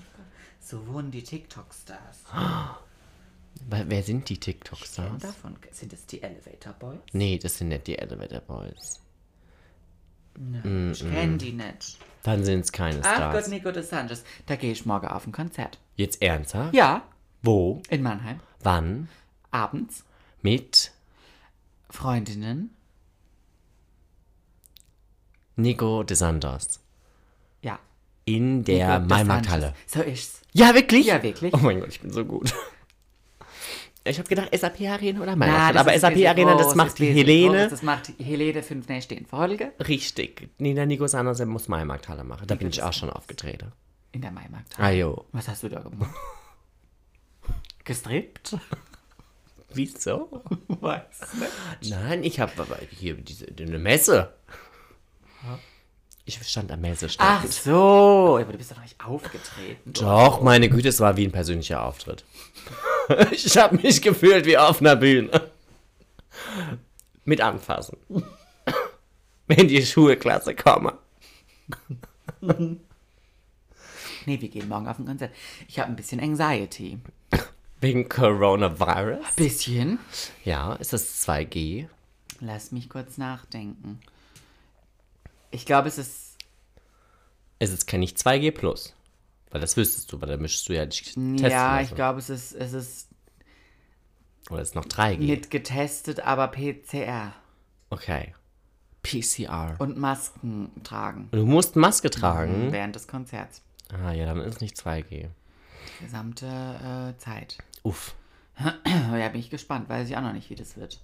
A: So wurden die TikTok-Stars.
B: Weil, wer sind die TikTok-Stars?
A: Und davon sind es die Elevator Boys.
B: Nee, das sind nicht die Elevator Boys.
A: Nein. Ich kenne die nicht.
B: Dann sind es keine
A: Ach
B: Stars.
A: Gott, Nico de Sanchez. Da gehe ich morgen auf ein Konzert.
B: Jetzt ernsthaft?
A: Ja,
B: Wo?
A: in Mannheim.
B: Wann?
A: Abends.
B: Mit
A: Freundinnen.
B: Nico de Santos.
A: Ja.
B: In der
A: Nico de
B: Maimarkthalle.
A: Sanchez. So ist's.
B: Ja, wirklich?
A: Ja, wirklich.
B: Oh mein Gott, ich bin so gut. Ich habe gedacht, SAP Arena oder
A: Na,
B: Maimarkthalle.
A: das
B: Aber
A: ist
B: SAP
A: wesentlich
B: Arena, das
A: groß,
B: macht
A: ist
B: die
A: wesentlich
B: Helene.
A: groß, Das macht die Helene fünf Nächte in Folge
B: Richtig. Nina Nico Santos muss Maimarkthalle machen. Da bin ich auch schon aufgetreten. Ah,
A: in der Maimarkt.
B: Ajo.
A: Was hast du da gemacht? Gestrippt?
B: Wieso?
A: Weiß nicht.
B: Nein, ich habe aber hier diese, eine Messe. Ich stand am
A: Ach
B: Messestand.
A: so, aber du bist doch noch nicht aufgetreten.
B: Doch, meine Güte, es war wie ein persönlicher Auftritt. ich habe mich gefühlt wie auf einer Bühne. Mit anfassen. Wenn die Schulklasse komme.
A: Nee, wir gehen morgen auf ein Konzert. Ich habe ein bisschen Anxiety.
B: Wegen Coronavirus?
A: Bisschen?
B: Ja, ist das 2G?
A: Lass mich kurz nachdenken. Ich glaube, es ist.
B: Es ist kein nicht 2G plus. Weil das wüsstest du, weil dann müsstest du ja dich testen.
A: ja,
B: lassen.
A: ich glaube, es ist, es ist
B: Oder ist noch 3G?
A: mit getestet, aber PCR.
B: Okay. PCR.
A: Und Masken tragen
B: Und du musst Maske tragen.
A: während des Konzerts.
B: Ah ja, dann ist nicht 2G.
A: Die gesamte äh, Zeit.
B: Uff.
A: Ja, bin ich gespannt. Weiß ich auch noch nicht, wie das wird.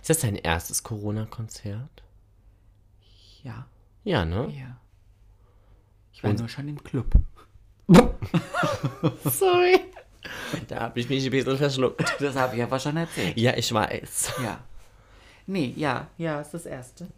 B: Ist das dein erstes Corona-Konzert?
A: Ja,
B: Ja, ne?
A: ja. Ich war nur schon im Club.
B: Sorry. Da habe ich mich ein bisschen verschluckt.
A: Das habe ich aber schon erzählt.
B: Ja, ich weiß.
A: Ja. Nee, ja, ja, ist das Erste.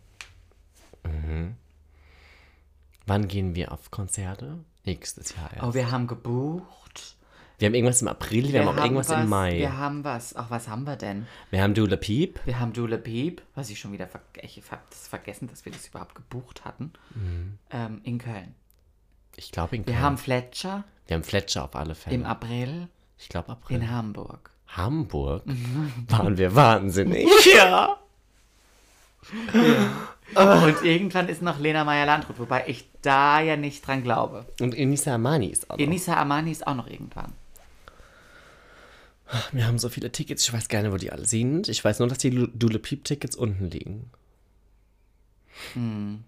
B: Wann gehen wir auf Konzerte? Nächstes Jahr. Ja.
A: Oh, wir haben gebucht.
B: Wir haben irgendwas im April, wir, haben auch irgendwas
A: was,
B: im Mai.
A: Wir haben was. Ach, was haben wir denn?
B: wir haben Dula Peep.
A: Wir haben Dula Peep, was ich schon wieder ver ich hab das vergessen, dass wir das überhaupt gebucht hatten,
B: Mhm.
A: ähm, in Köln.
B: Ich glaube in
A: Wir
B: Köln.
A: haben Fletcher
B: wir haben Fletcher auf alle Fälle.
A: im April Mhm.
B: ich glaube April.
A: in Hamburg.
B: Hamburg waren wir wahnsinnig. ja.
A: Und irgendwann ist noch Lena Meyer-Landrut, wobei ich da ja nicht dran glaube.
B: Und Enisa Amani ist auch noch.
A: Enisa Amani ist auch noch irgendwann.
B: Wir haben so viele Tickets, ich weiß gar nicht, wo die alle sind. Ich weiß nur, dass die Lu- Dule Peep Tickets unten liegen.
A: Hm.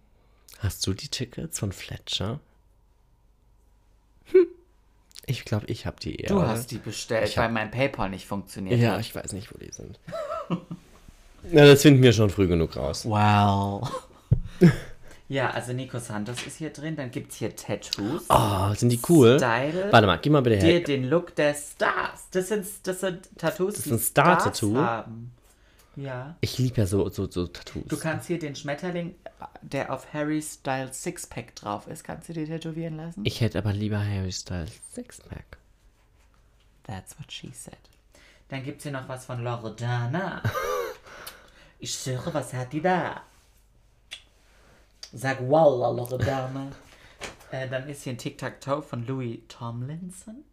B: Hast du die Tickets von Fletcher? Hm. Ich glaube, ich habe die eher.
A: Hm. Du hast die bestellt,
B: Ich hab-
A: weil mein PayPal nicht funktioniert.
B: Ja, ich weiß nicht, wo die sind. Na, das finden wir schon früh genug raus.
A: Wow. ja, also Nico Santos ist hier drin, dann gibt's hier Tattoos.
B: Oh, sind die cool?
A: Style.
B: Warte mal, geh mal bitte
A: dir
B: her.
A: den Look der Stars. Das sind, das sind Tattoos, das
B: ist ein Star-Tattoo?
A: haben. Ja.
B: Ich liebe ja so, so, so Tattoos.
A: Du kannst hier den Schmetterling, äh, der auf Harry Styles Sixpack drauf ist, kannst du dir tätowieren lassen?
B: ich hätte aber lieber Harry Styles Sixpack.
A: That's what she said. Dann gibt's hier noch was von Loredana. ich schwöre, was hat die da? Sag Walla, Loredana. äh, dann ist hier ein Tic-Tac-Toe von Louis Tomlinson.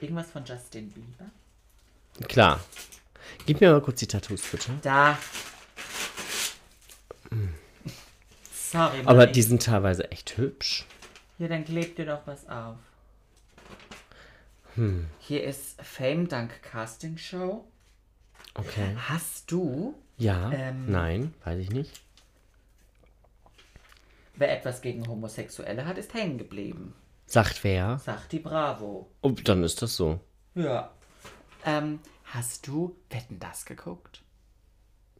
A: Irgendwas von Justin Bieber.
B: Klar. Gib mir mal kurz die Tattoos, bitte.
A: Da. Sorry,
B: Aber
A: Marie.
B: die sind teilweise echt hübsch.
A: Hier, dann klebt dir doch was auf.
B: Hm.
A: Hier ist Fame Dank Casting Show.
B: Okay.
A: Hast du,
B: Ja,
A: Ähm.
B: nein, weiß ich nicht.
A: wer etwas gegen Homosexuelle hat, ist hängen geblieben.
B: Sagt wer?
A: Sagt die Bravo.
B: Oh, dann ist das so.
A: Ja. Ähm, hast du Wetten das geguckt?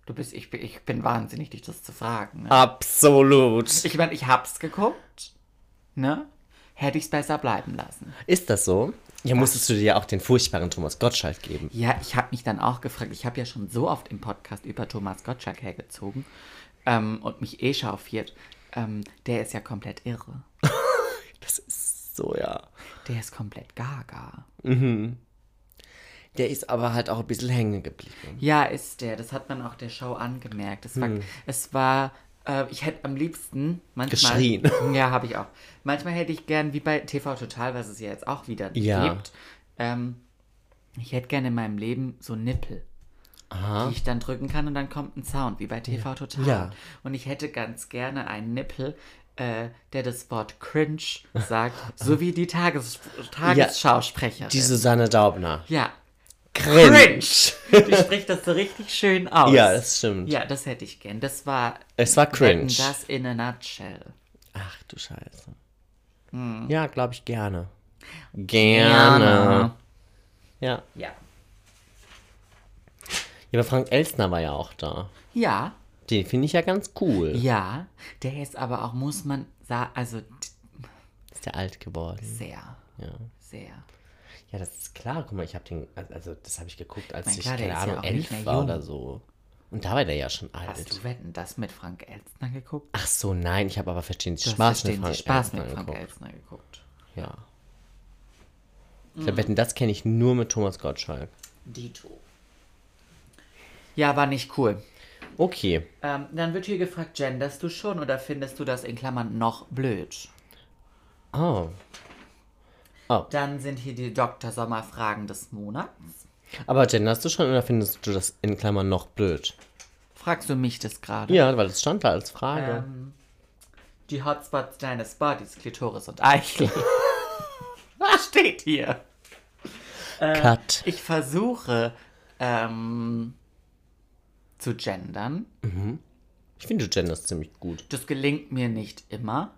A: Du bist, ich bin, ich bin wahnsinnig, dich das zu fragen. Ne?
B: Absolut.
A: Ich meine, ich hab's geguckt. Ne? Hätte ich's besser bleiben lassen.
B: Ist das so? Ja, musstest du dir ja auch den furchtbaren Thomas Gottschalk geben.
A: Ja, ich habe mich dann auch gefragt, ich habe ja schon so oft im Podcast über Thomas Gottschalk hergezogen ähm, und mich eh schaufiert. Ähm, der ist ja komplett irre.
B: Das ist so, ja.
A: Der ist komplett gaga.
B: Der ist aber halt auch ein bisschen hängen geblieben.
A: Ja, ist der. Das hat man auch der Show angemerkt. Es war,
B: Hm.
A: es war äh, ich hätte am liebsten manchmal.
B: Geschrien.
A: Ja, habe ich auch. Manchmal hätte ich gern, wie bei TV Total, was es ja jetzt auch wieder
B: Ja.
A: gibt, ähm, ich hätte gerne in meinem Leben so Nippel.
B: Aha.
A: die ich dann drücken kann und dann kommt ein Sound, wie bei TV Total.
B: Ja.
A: Und ich hätte ganz gerne einen Nippel, äh, der das Wort cringe sagt, so wie die Tages Tagesschausprecherin.
B: Die Susanne Daubner.
A: ja,
B: Cringe.
A: die spricht das so richtig schön aus.
B: Ja, das stimmt.
A: Ja, das hätte ich gern. Das war
B: Es war
A: Wetten,
B: cringe.
A: das in a nutshell.
B: Ach du Scheiße. Ja, glaube ich gerne. Gerne. Ja.
A: Ja.
B: ja, aber Frank Elstner war ja auch da.
A: Ja,
B: Den finde ich ja ganz cool.
A: ja. Der ist aber auch, muss man sagen, also
B: Ist der alt geworden.
A: sehr,
B: Ja.
A: sehr.
B: Ja, das ist klar. Guck mal, ich habe den, also das habe ich geguckt, als
A: Mein
B: ich,
A: klar, der
B: keine
A: ist ja
B: Ahnung,
A: auch nicht
B: elf
A: mehr
B: war
A: jung.
B: oder so. Und da war der ja schon
A: Hast du
B: alt.
A: Wetten, das mit Frank Elstner geguckt?
B: Ach so, nein, ich habe aber verstehen Sie
A: Du hast
B: Spaß mit
A: verstehen
B: Frank
A: Sie Spaß
B: Elstner
A: mit Frank
B: geguckt.
A: Elstner geguckt.
B: Ja.
A: Mhm.
B: Ich glaub, wetten, das kenne ich nur mit Thomas Gottschalk.
A: Dito. Ja, war nicht cool.
B: Okay.
A: Ähm, dann wird hier gefragt, genderst du schon oder findest du das in Klammern noch blöd?
B: Oh.
A: Dann sind hier die Dr. Sommer Fragen des Monats.
B: Aber genderst du schon oder findest du das in Klammern noch blöd?
A: Fragst du mich das gerade?
B: Ja, weil das stand da als Frage.
A: Ähm, die Hotspots deines Bodies, Klitoris und Eichel. Was steht hier?
B: Cut.
A: äh, Ich versuche ähm, zu gendern.
B: Ich finde, du genderst ziemlich gut.
A: Das gelingt mir nicht immer.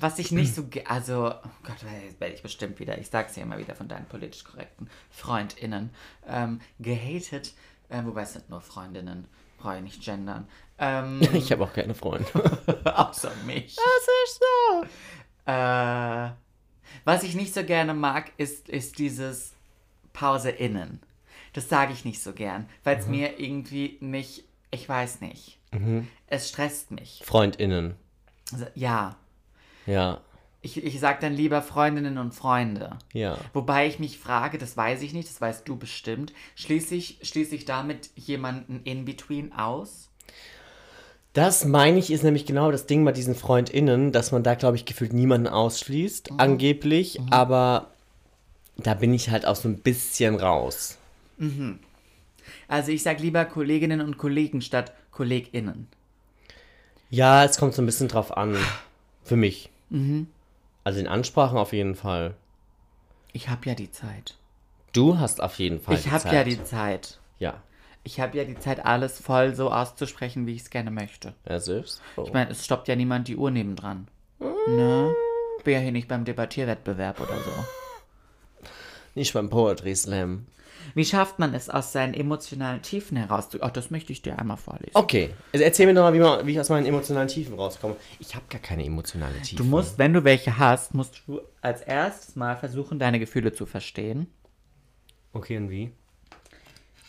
A: Was ich nicht so, ge- also, oh Gott, jetzt werde ich bestimmt wieder, ich sag's ja immer wieder von deinen politisch korrekten FreundInnen, ähm, gehatet, äh, wobei es sind nur FreundInnen, brauche ich nicht gendern, ähm,
B: Ich habe auch keine Freunde.
A: außer mich.
B: Das ist
A: Äh, was ich nicht so gerne mag, ist, ist dieses Pause innen. Das sage ich nicht so gern, weil
B: Mhm.
A: es mir irgendwie mich, ich weiß nicht, es stresst mich.
B: so. FreundInnen.
A: Also, ja,
B: Ja.
A: Ich, ich sage dann lieber Freundinnen und Freunde.
B: Ja.
A: Wobei ich mich frage, das weiß ich nicht, das weißt du bestimmt, schließe ich, schließe ich damit jemanden in between aus?
B: Das meine ich, ist nämlich genau das Ding bei diesen FreundInnen, dass man da, glaube ich, gefühlt niemanden ausschließt,
A: Mhm.
B: angeblich, aber da bin ich halt auch so ein bisschen raus.
A: Also ich sage lieber Kolleginnen und Kollegen statt KollegInnen.
B: Ja, es kommt so ein bisschen drauf an. Für mich.
A: Mhm.
B: Also in Ansprachen auf jeden Fall.
A: Ich habe ja die Zeit.
B: Du hast auf jeden Fall
A: Ich habe ja die Zeit.
B: Ja.
A: Ich habe ja die Zeit, alles voll so auszusprechen, wie ich es gerne möchte.
B: Er selbst. Oh.
A: Ich meine, es stoppt ja niemand die Uhr nebendran. Ne? Bin ja hier nicht beim Debattierwettbewerb oder so.
B: Nicht beim Poetry Slam.
A: Wie schafft man es, aus seinen emotionalen Tiefen herauszu... Ach, das möchte ich dir einmal vorlesen.
B: Okay, also erzähl mir doch mal, wie, man, wie ich aus meinen emotionalen Tiefen rauskomme. Ich habe gar keine emotionale Tiefen.
A: Du musst, wenn du welche hast, musst du als erstes mal versuchen, deine Gefühle zu verstehen.
B: Okay, und wie?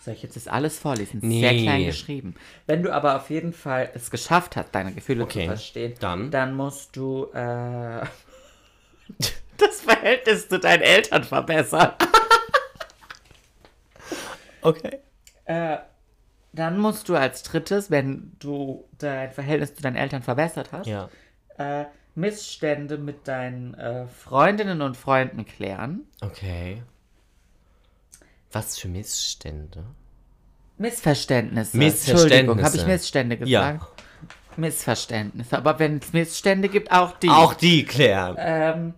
A: Soll ich jetzt das alles vorlesen?
B: Nee.
A: Sehr klein geschrieben. Wenn du aber auf jeden Fall es geschafft hast, deine Gefühle
B: Okay,
A: zu verstehen,
B: dann?
A: musst du äh, das Verhältnis zu deinen Eltern verbessern.
B: Okay.
A: Dann musst du als drittes, wenn du dein Verhältnis zu deinen Eltern verbessert hast,
B: Ja.
A: äh, Missstände mit deinen äh, Freundinnen und Freunden klären.
B: Okay. Was für Missstände?
A: Missverständnisse.
B: Missverständnisse.
A: Entschuldigung, habe ich Missstände
B: Ja.
A: gesagt? Missverständnisse. Aber wenn es Missstände gibt, auch die.
B: Auch die klären.
A: Ähm,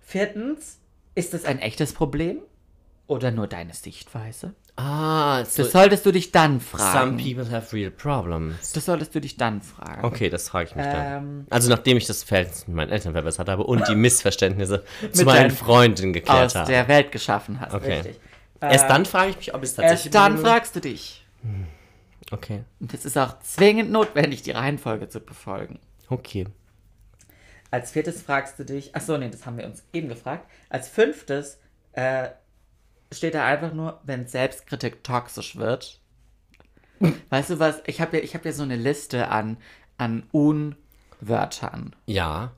A: viertens, ist es ein echtes Problem? Oder nur deine Sichtweise?
B: Ah, so
A: Das ähm, solltest du dich dann
B: some
A: fragen.
B: people have real problems.
A: das solltest du dich dann fragen.
B: Okay, das frage ich mich
A: Ähm.
B: dann. Also nachdem ich das Verhältnis mit meinen Eltern verbessert habe und die Missverständnisse zu
A: Mit
B: meinen
A: deinen-
B: Freunden
A: Aus
B: geklärt habe.
A: der Welt geschaffen hast.
B: Okay.
A: Richtig. Äh,
B: Erst dann frage ich mich, ob es tatsächlich...
A: Erst dann fragst du dich.
B: Okay.
A: Und es ist auch zwingend notwendig, die Reihenfolge zu befolgen.
B: Okay.
A: Als viertes fragst du dich, ach so, nee, das haben wir uns eben gefragt. Als fünftes äh, steht da einfach nur, wenn Selbstkritik toxisch wird. Weißt du was? Ich habe ja, ich hab ja so eine Liste an, an Unwörtern
B: Ja.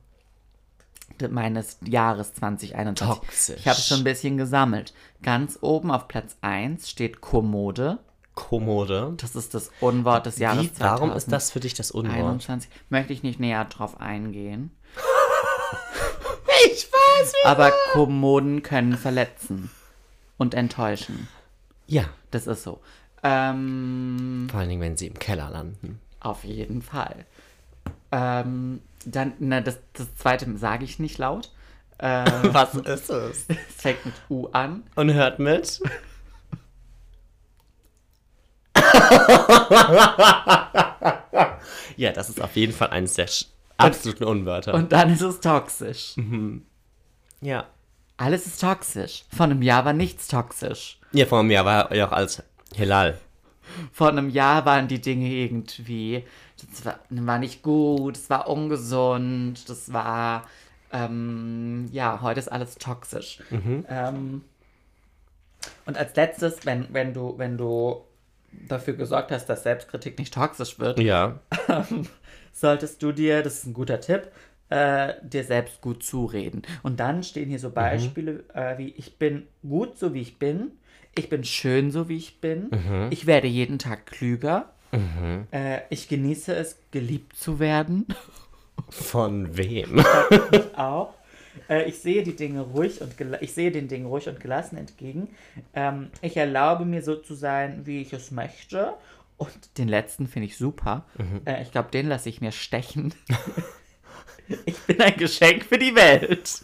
A: de- meines Jahres 2021.
B: Toxisch.
A: Ich habe schon ein bisschen gesammelt. Ganz oben auf Platz 1 steht Kommode.
B: Kommode.
A: Das ist das Unwort des Jahres
B: Wie, warum ist das für dich das Unwort?
A: 21. Möchte ich nicht näher drauf eingehen.
B: Ich weiß nicht.
A: Aber Kommoden können verletzen und enttäuschen.
B: Ja,
A: Das ist so. Ähm,
B: vor allen Dingen, wenn sie im Keller landen.
A: auf jeden Fall. Ähm, dann, na, das, das zweite sage ich nicht laut. Ähm,
B: Was ist es?
A: es fängt mit U an.
B: Und hört mit. ja, das ist auf jeden Fall eines der sch- absoluten Unwörter.
A: Und dann ist es toxisch.
B: Mhm. ja.
A: Alles ist toxisch. Vor einem Jahr war nichts toxisch.
B: Ja, vor einem Jahr war ja auch als Hilal.
A: Vor einem Jahr waren die Dinge irgendwie. Das war, war nicht gut, das war ungesund, das war. Ähm, ja, heute ist alles toxisch. Ähm, und als letztes, wenn, wenn, du, wenn du dafür gesorgt hast, dass Selbstkritik nicht toxisch wird,
B: Ja.
A: solltest du dir, das ist ein guter Tipp, äh, dir selbst gut zureden. Und dann stehen hier so Beispiele äh, wie ich bin gut so wie ich bin, ich bin schön so wie ich bin, ich werde jeden Tag klüger, äh, ich genieße es, geliebt zu werden.
B: Von wem?
A: auch. Äh, ich sehe die Dinge ruhig und gela- ich sehe den Dingen ruhig und gelassen entgegen. Ähm, ich erlaube mir so zu sein, wie ich es möchte. Und den letzten finde ich super. Äh, ich glaube, den lasse ich mir stechen. ich bin ein Geschenk für die Welt.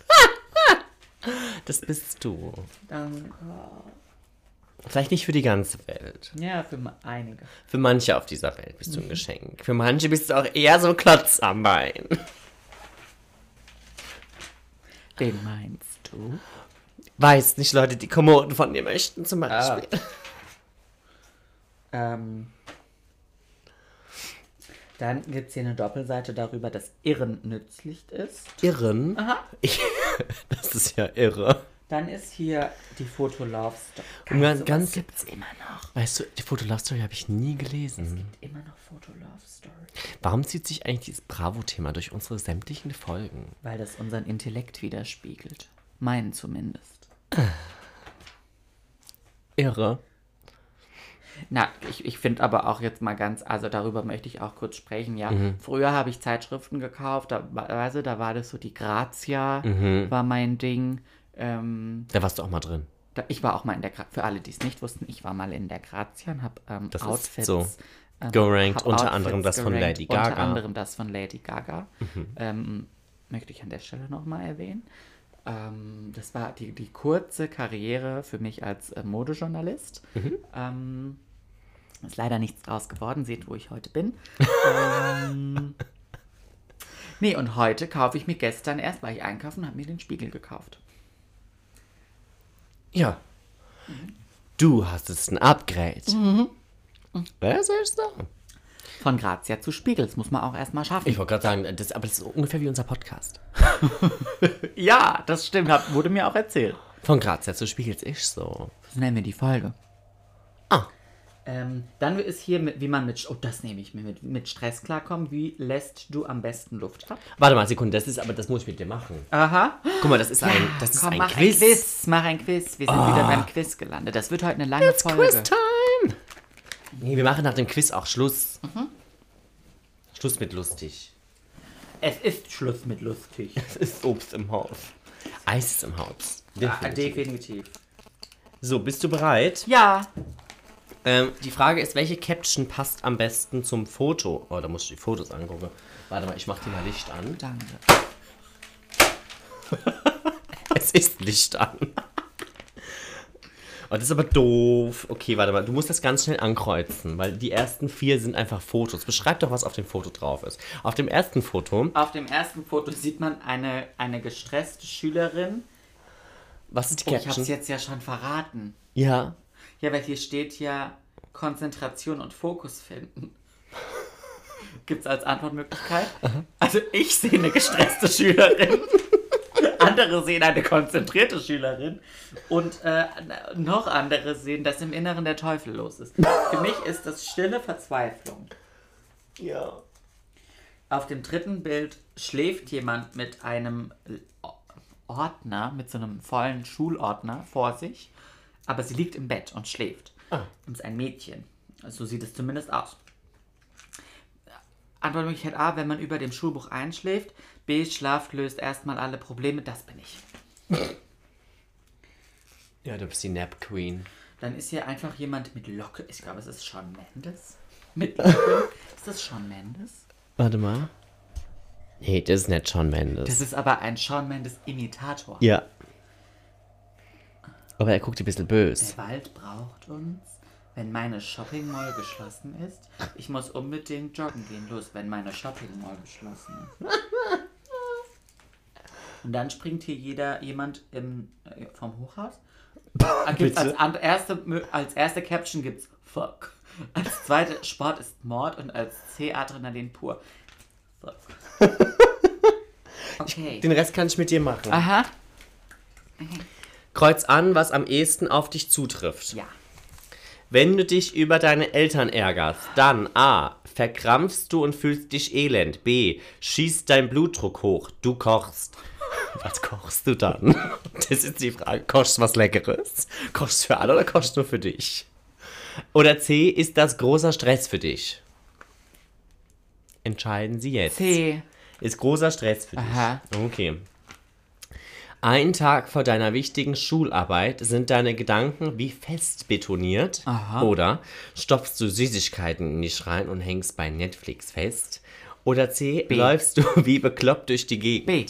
B: Das bist du.
A: Danke.
B: Vielleicht nicht für die ganze Welt.
A: Ja, für mal einige.
B: Für manche auf dieser Welt bist du ein Geschenk. Für manche bist du auch eher so ein Klotz am Bein.
A: Wen meinst du?
B: Weiß nicht, Leute, die Kommoden von dir möchten zum Beispiel.
A: Ähm, dann gibt es hier eine Doppelseite darüber, dass Irren nützlich ist.
B: Irren?
A: Aha.
B: Ich, das ist ja irre.
A: Dann ist hier die Fotolove-Story.
B: Und ganz- ganz-
A: gibt's immer noch.
B: Weißt du, die Fotolove-Story habe ich nie gelesen.
A: Immer noch Fotolove-Story.
B: Warum zieht sich eigentlich dieses Bravo-Thema durch unsere sämtlichen Folgen?
A: Weil das unseren Intellekt widerspiegelt. Meinen zumindest.
B: Irre.
A: Na, ich, ich finde aber auch jetzt mal ganz, also darüber möchte ich auch kurz sprechen, ja.
B: Mhm.
A: Früher habe ich Zeitschriften gekauft, da, war- also, da war das so die Grazia,
B: Mhm.
A: war mein Ding. Ähm,
B: Da warst du auch mal drin.
A: da, ich war auch mal in der, Gra- für alle, die es nicht wussten, ich war mal in der Grazia und habe ähm,
B: Das ist
A: Outfits.
B: so.
A: ähm,
B: Gerankt,
A: hab
B: unter anderem das von
A: gerankt,
B: Lady
A: Unter
B: Gaga. Mhm.
A: anderem das von Lady Gaga. Ähm, möchte ich an der Stelle nochmal erwähnen. Ähm, das war die, die kurze Karriere für mich als äh, Modejournalist.
B: Mhm.
A: Ähm, ist leider nichts draus geworden, seht, wo ich heute bin. ähm, nee, und heute kaufe ich mir gestern erst, war ich einkaufen, habe mir den Spiegel gekauft.
B: Ja. Du hast jetzt ein Upgrade.
A: Mhm.
B: Was ist das?
A: Von Grazia zu Spiegel, das muss man auch erstmal schaffen.
B: Ich wollte gerade sagen, das, aber das ist ungefähr wie unser Podcast.
A: ja, das stimmt, hab, wurde mir auch erzählt.
B: Von Grazia zu Spiegels ich so.
A: Das nennen wir die Folge.
B: Ah.
A: Ähm, dann ist hier, mit, wie man mit, Sch- oh, das nehme ich mir mit, mit Stress klarkommen. Wie lässt du am besten Luft ab?
B: Warte mal, Sekunde, das ist aber, das muss ich mit dir machen.
A: Aha.
B: Guck mal, das ist ein, das ist
A: Komm,
B: ein,
A: mach
B: Quiz.
A: ein Quiz. Ah. Mach ein Quiz. Wir sind wieder beim Quiz gelandet. Das wird heute eine lange Folge.
B: Quiz-Time! Nee, wir machen nach dem Quiz auch Schluss.
A: Mhm.
B: Schluss mit lustig.
A: Es ist Schluss mit lustig.
B: Es ist Obst im Haus. Eis ist im Haus.
A: Ah, definitiv.
B: So, bist du bereit?
A: Ja.
B: Ähm, die Frage ist, welche Caption passt am besten zum Foto? Oh, da musst du die Fotos angucken. Warte mal, ich mach dir mal Licht an.
A: Danke.
B: Es ist Licht an. Oh, das ist aber doof. Okay, warte mal. Du musst das ganz schnell ankreuzen, weil die ersten vier sind einfach Fotos. Beschreib doch, was auf dem Foto drauf ist. Auf dem ersten Foto,
A: Auf dem ersten Foto sieht man eine, eine gestresste Schülerin.
B: was ist
A: Oh,
B: die
A: ich hab's
B: Caption?
A: jetzt ja schon verraten.
B: ja.
A: Ja, weil hier steht ja Konzentration und Fokus finden. Gibt's als Antwortmöglichkeit? Also ich sehe eine gestresste Schülerin. Andere sehen eine konzentrierte Schülerin und äh, noch andere sehen, dass im Inneren der Teufel los ist. Für mich ist das stille Verzweiflung.
B: Ja.
A: Auf dem dritten Bild schläft jemand mit einem Ordner, mit so einem vollen Schulordner vor sich, aber sie liegt im Bett und schläft. Und ist ein Mädchen. Also So sieht es zumindest aus. Antwortmöglichkeit A, wenn man über dem Schulbuch einschläft. B, Schlaf löst erstmal alle Probleme, das bin ich.
B: Ja, du bist die Nap Queen.
A: Dann ist hier einfach jemand mit Locke. Ich glaube, es ist Sean Mendes. Mit Locke. ist das Sean Mendes?
B: Warte mal. Nee, das ist nicht Sean Mendes.
A: Das ist aber ein Sean Mendes-Imitator.
B: ja. Aber er guckt ein bisschen böse.
A: Der Wald braucht uns, wenn meine Shopping Mall geschlossen ist. Ich muss unbedingt joggen gehen. Los, wenn meine Shopping Mall geschlossen ist. Und dann springt hier jeder jemand im, äh, vom Hochhaus. Ah, Gibt's als,
B: Bitte?
A: an- erste, Mö- als erste Caption gibt's Fuck. Als zweite Sport ist Mord und als C Adrenalin pur. Fuck. Okay.
B: Den Rest kann ich mit dir machen.
A: Aha.
B: Kreuz an, was am ehesten auf dich zutrifft.
A: Ja.
B: Wenn du dich über deine Eltern ärgerst, dann A. Verkrampfst du und fühlst dich elend. B. Schießt dein Blutdruck hoch. Du kochst. Was kochst du dann? Das ist die Frage. Kochst du was Leckeres? Kochst du für alle oder kochst du nur für dich? Oder C. Ist das großer Stress für dich? Entscheiden Sie jetzt.
A: C.
B: Ist großer Stress für dich.
A: Aha.
B: Okay. Ein Tag vor deiner wichtigen Schularbeit sind deine Gedanken wie fest betoniert.
A: Aha.
B: Oder stopfst du Süßigkeiten in dich rein und hängst bei Netflix fest. Oder C, läufst du wie bekloppt durch die Gegend.
A: B.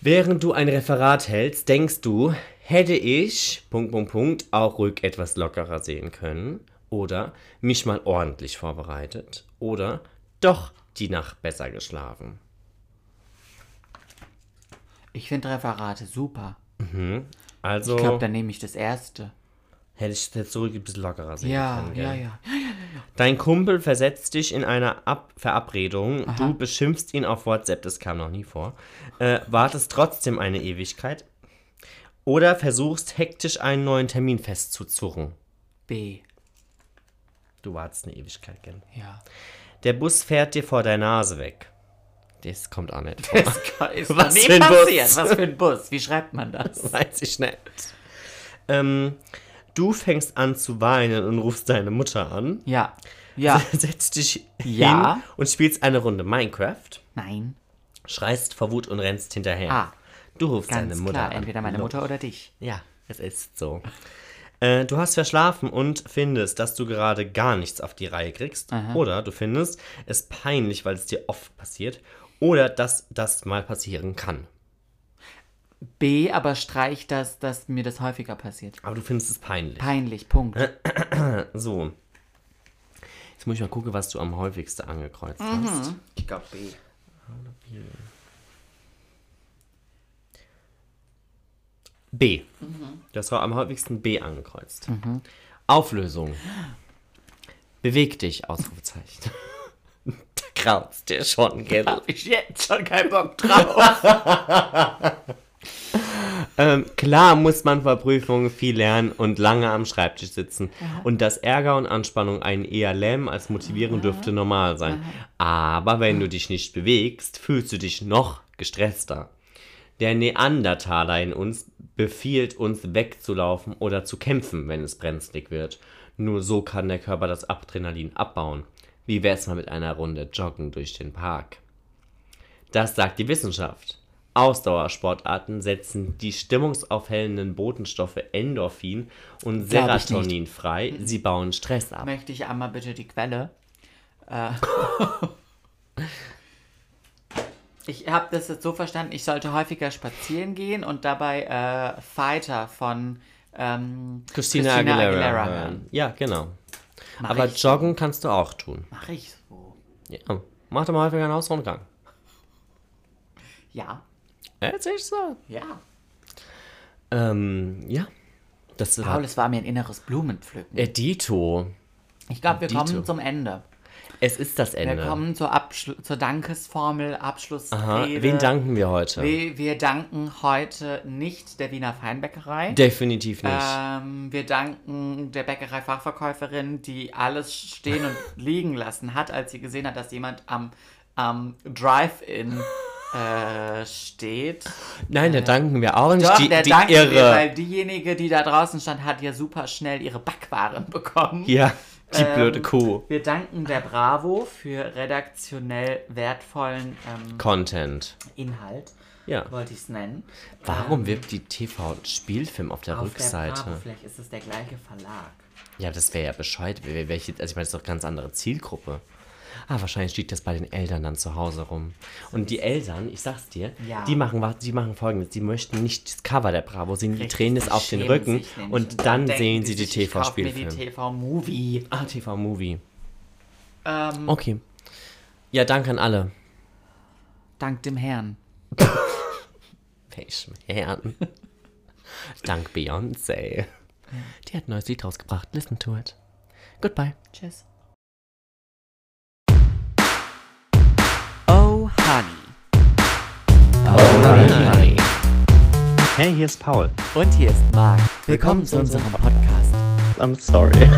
B: Während du ein Referat hältst, denkst du, hätte ich, Punkt, Punkt, Punkt, auch ruhig etwas lockerer sehen können. Oder mich mal ordentlich vorbereitet. Oder doch die Nacht besser geschlafen.
A: Ich finde Referate super.
B: Also
A: Ich glaube, dann nehme ich das erste.
B: hätte ich das zurück ein bisschen lockerer sehen
A: Ja,
B: können.
A: ja,
B: gell?
A: ja.
B: Dein Kumpel versetzt dich in eine Ab Verabredung. Du beschimpfst ihn auf WhatsApp, das kam noch nie vor. Äh, wartest trotzdem eine Ewigkeit. Oder versuchst hektisch einen neuen Termin festzuzurren.
A: B.
B: Du wartest eine Ewigkeit, gell?
A: Ja.
B: Der Bus fährt dir vor der Nase weg. Das kommt auch nicht. vor.
A: Das ist
B: Was
A: Was nie
B: für ein Bus?
A: passiert. Was für ein Bus? Wie schreibt man das?
B: Weiß ich nicht. Ähm, du fängst an zu weinen und rufst deine Mutter an.
A: Ja. Ja.
B: Setzt dich
A: Ah. Ja.
B: hin und spielst eine Runde Minecraft.
A: Nein.
B: Schreist vor Wut und rennst hinterher.
A: Ah.
B: du rufst
A: Ganz
B: deine Mutter
A: klar.
B: an.
A: Entweder meine
B: No.
A: Mutter oder dich.
B: Ja, es ist so. Äh, Du hast verschlafen und findest, dass du gerade gar nichts auf die Reihe kriegst. Oder du findest es peinlich, weil es dir oft passiert. Oder dass das mal passieren kann.
A: B, aber streich das, dass mir das häufiger passiert.
B: Aber du findest es peinlich.
A: Peinlich, Punkt.
B: So. Jetzt muss ich mal gucken, was du am häufigsten angekreuzt
A: Mhm.
B: hast.
A: Ich glaube B.
B: B.
A: Mhm.
B: Du hast am häufigsten B angekreuzt. Auflösung. Beweg dich, Ausrufezeichen. da graut's dir schon, gell?
A: Hab ich jetzt schon keinen Bock drauf.
B: Ähm, klar muss man vor Prüfungen viel lernen und lange am Schreibtisch sitzen. Und dass Ärger und Anspannung einen eher lähmen als motivieren dürfte normal sein. Aber wenn du dich nicht bewegst, fühlst du dich noch gestresster. Der Neandertaler in uns befiehlt uns wegzulaufen oder zu kämpfen, wenn es brenzlig wird. Nur so kann der Körper das Adrenalin abbauen. Wie wär's mal mit einer Runde Joggen durch den Park? Das sagt die Wissenschaft. Ausdauersportarten setzen die stimmungsaufhellenden Botenstoffe Endorphin und
A: Glaub ich
B: Serotonin frei. Sie bauen Stress ab.
A: Möchte ich einmal bitte die Quelle? Äh. ich habe das jetzt so verstanden, ich sollte häufiger spazieren gehen und dabei äh, Fighter von ähm,
B: Christina, Aguilera.
A: hören.
B: hören. Ja, genau.
A: Mach
B: Aber
A: ich,
B: Joggen kannst du auch tun.
A: mach ich so.
B: Ja. Mach doch mal häufiger einen Hausrundgang.
A: Ja,
B: Ja, Jetzt ist so.
A: ja.
B: Ähm, ja. Das war
A: Paul, es war mir ein inneres Blumenpflücken.
B: Edito.
A: Ich glaube, wir
B: Äh, Dito.
A: kommen zum Ende.
B: Es ist das
A: Wir
B: Ende.
A: kommen zur, Abschlu zur Dankesformel,
B: Aha.
A: Abschlussrede.
B: Wen danken wir heute?
A: Wir, wir danken heute nicht der Wiener Feinbäckerei.
B: Definitiv nicht.
A: Ähm, wir danken der Bäckerei-Fachverkäuferin, die alles stehen und liegen lassen hat, als sie gesehen hat, dass jemand am, am Drive-In äh, steht.
B: Nein, da danken wir auch nicht.
A: äh, Doch,
B: die
A: der
B: die
A: danken wir, halt.
B: Irre.
A: weil diejenige, die da draußen stand, hat ja super schnell ihre Backwaren bekommen.
B: ja, die
A: Ähm,
B: blöde Kuh.
A: Wir danken der Bravo für redaktionell wertvollen ähm,
B: Content.
A: Inhalt,
B: Ja.
A: wollte ich es nennen.
B: Warum wirbt die TV-Spielfilm auf der
A: Auf der
B: Rückseite?
A: Bravo, vielleicht ist es der gleiche Verlag.
B: ja, das wäre ja bescheuert. Wer- wer- Welche, also ich meine, das ist doch ganz andere Zielgruppe. Ah, wahrscheinlich liegt das bei den Eltern dann zu Hause rum. Und die Eltern, ich sag's dir,
A: Ja.
B: die, machen, wa- die machen folgendes: Die möchten nicht das Cover der Bravo sehen, die drehen es
A: Die
B: auf den
A: schämen
B: Rücken
A: sich nämlich
B: und dann
A: denken
B: sehen sie die
A: sich, ich kauf mir die
B: TV-Spielfilme.
A: TV-Movie.
B: Ah, TV-Movie.
A: Ähm,
B: Okay. Ja, danke an alle.
A: Dank dem Herrn.
B: Welchem Herrn? Dank Beyoncé. Die hat ein neues Lied rausgebracht. Listen to it. Goodbye.
A: Tschüss. Oh, Honey.
B: Oh, Honey.
C: Hey, here's Paul.
A: Und hier ist Marc. Willkommen zu unserem Podcast.
C: I'm sorry.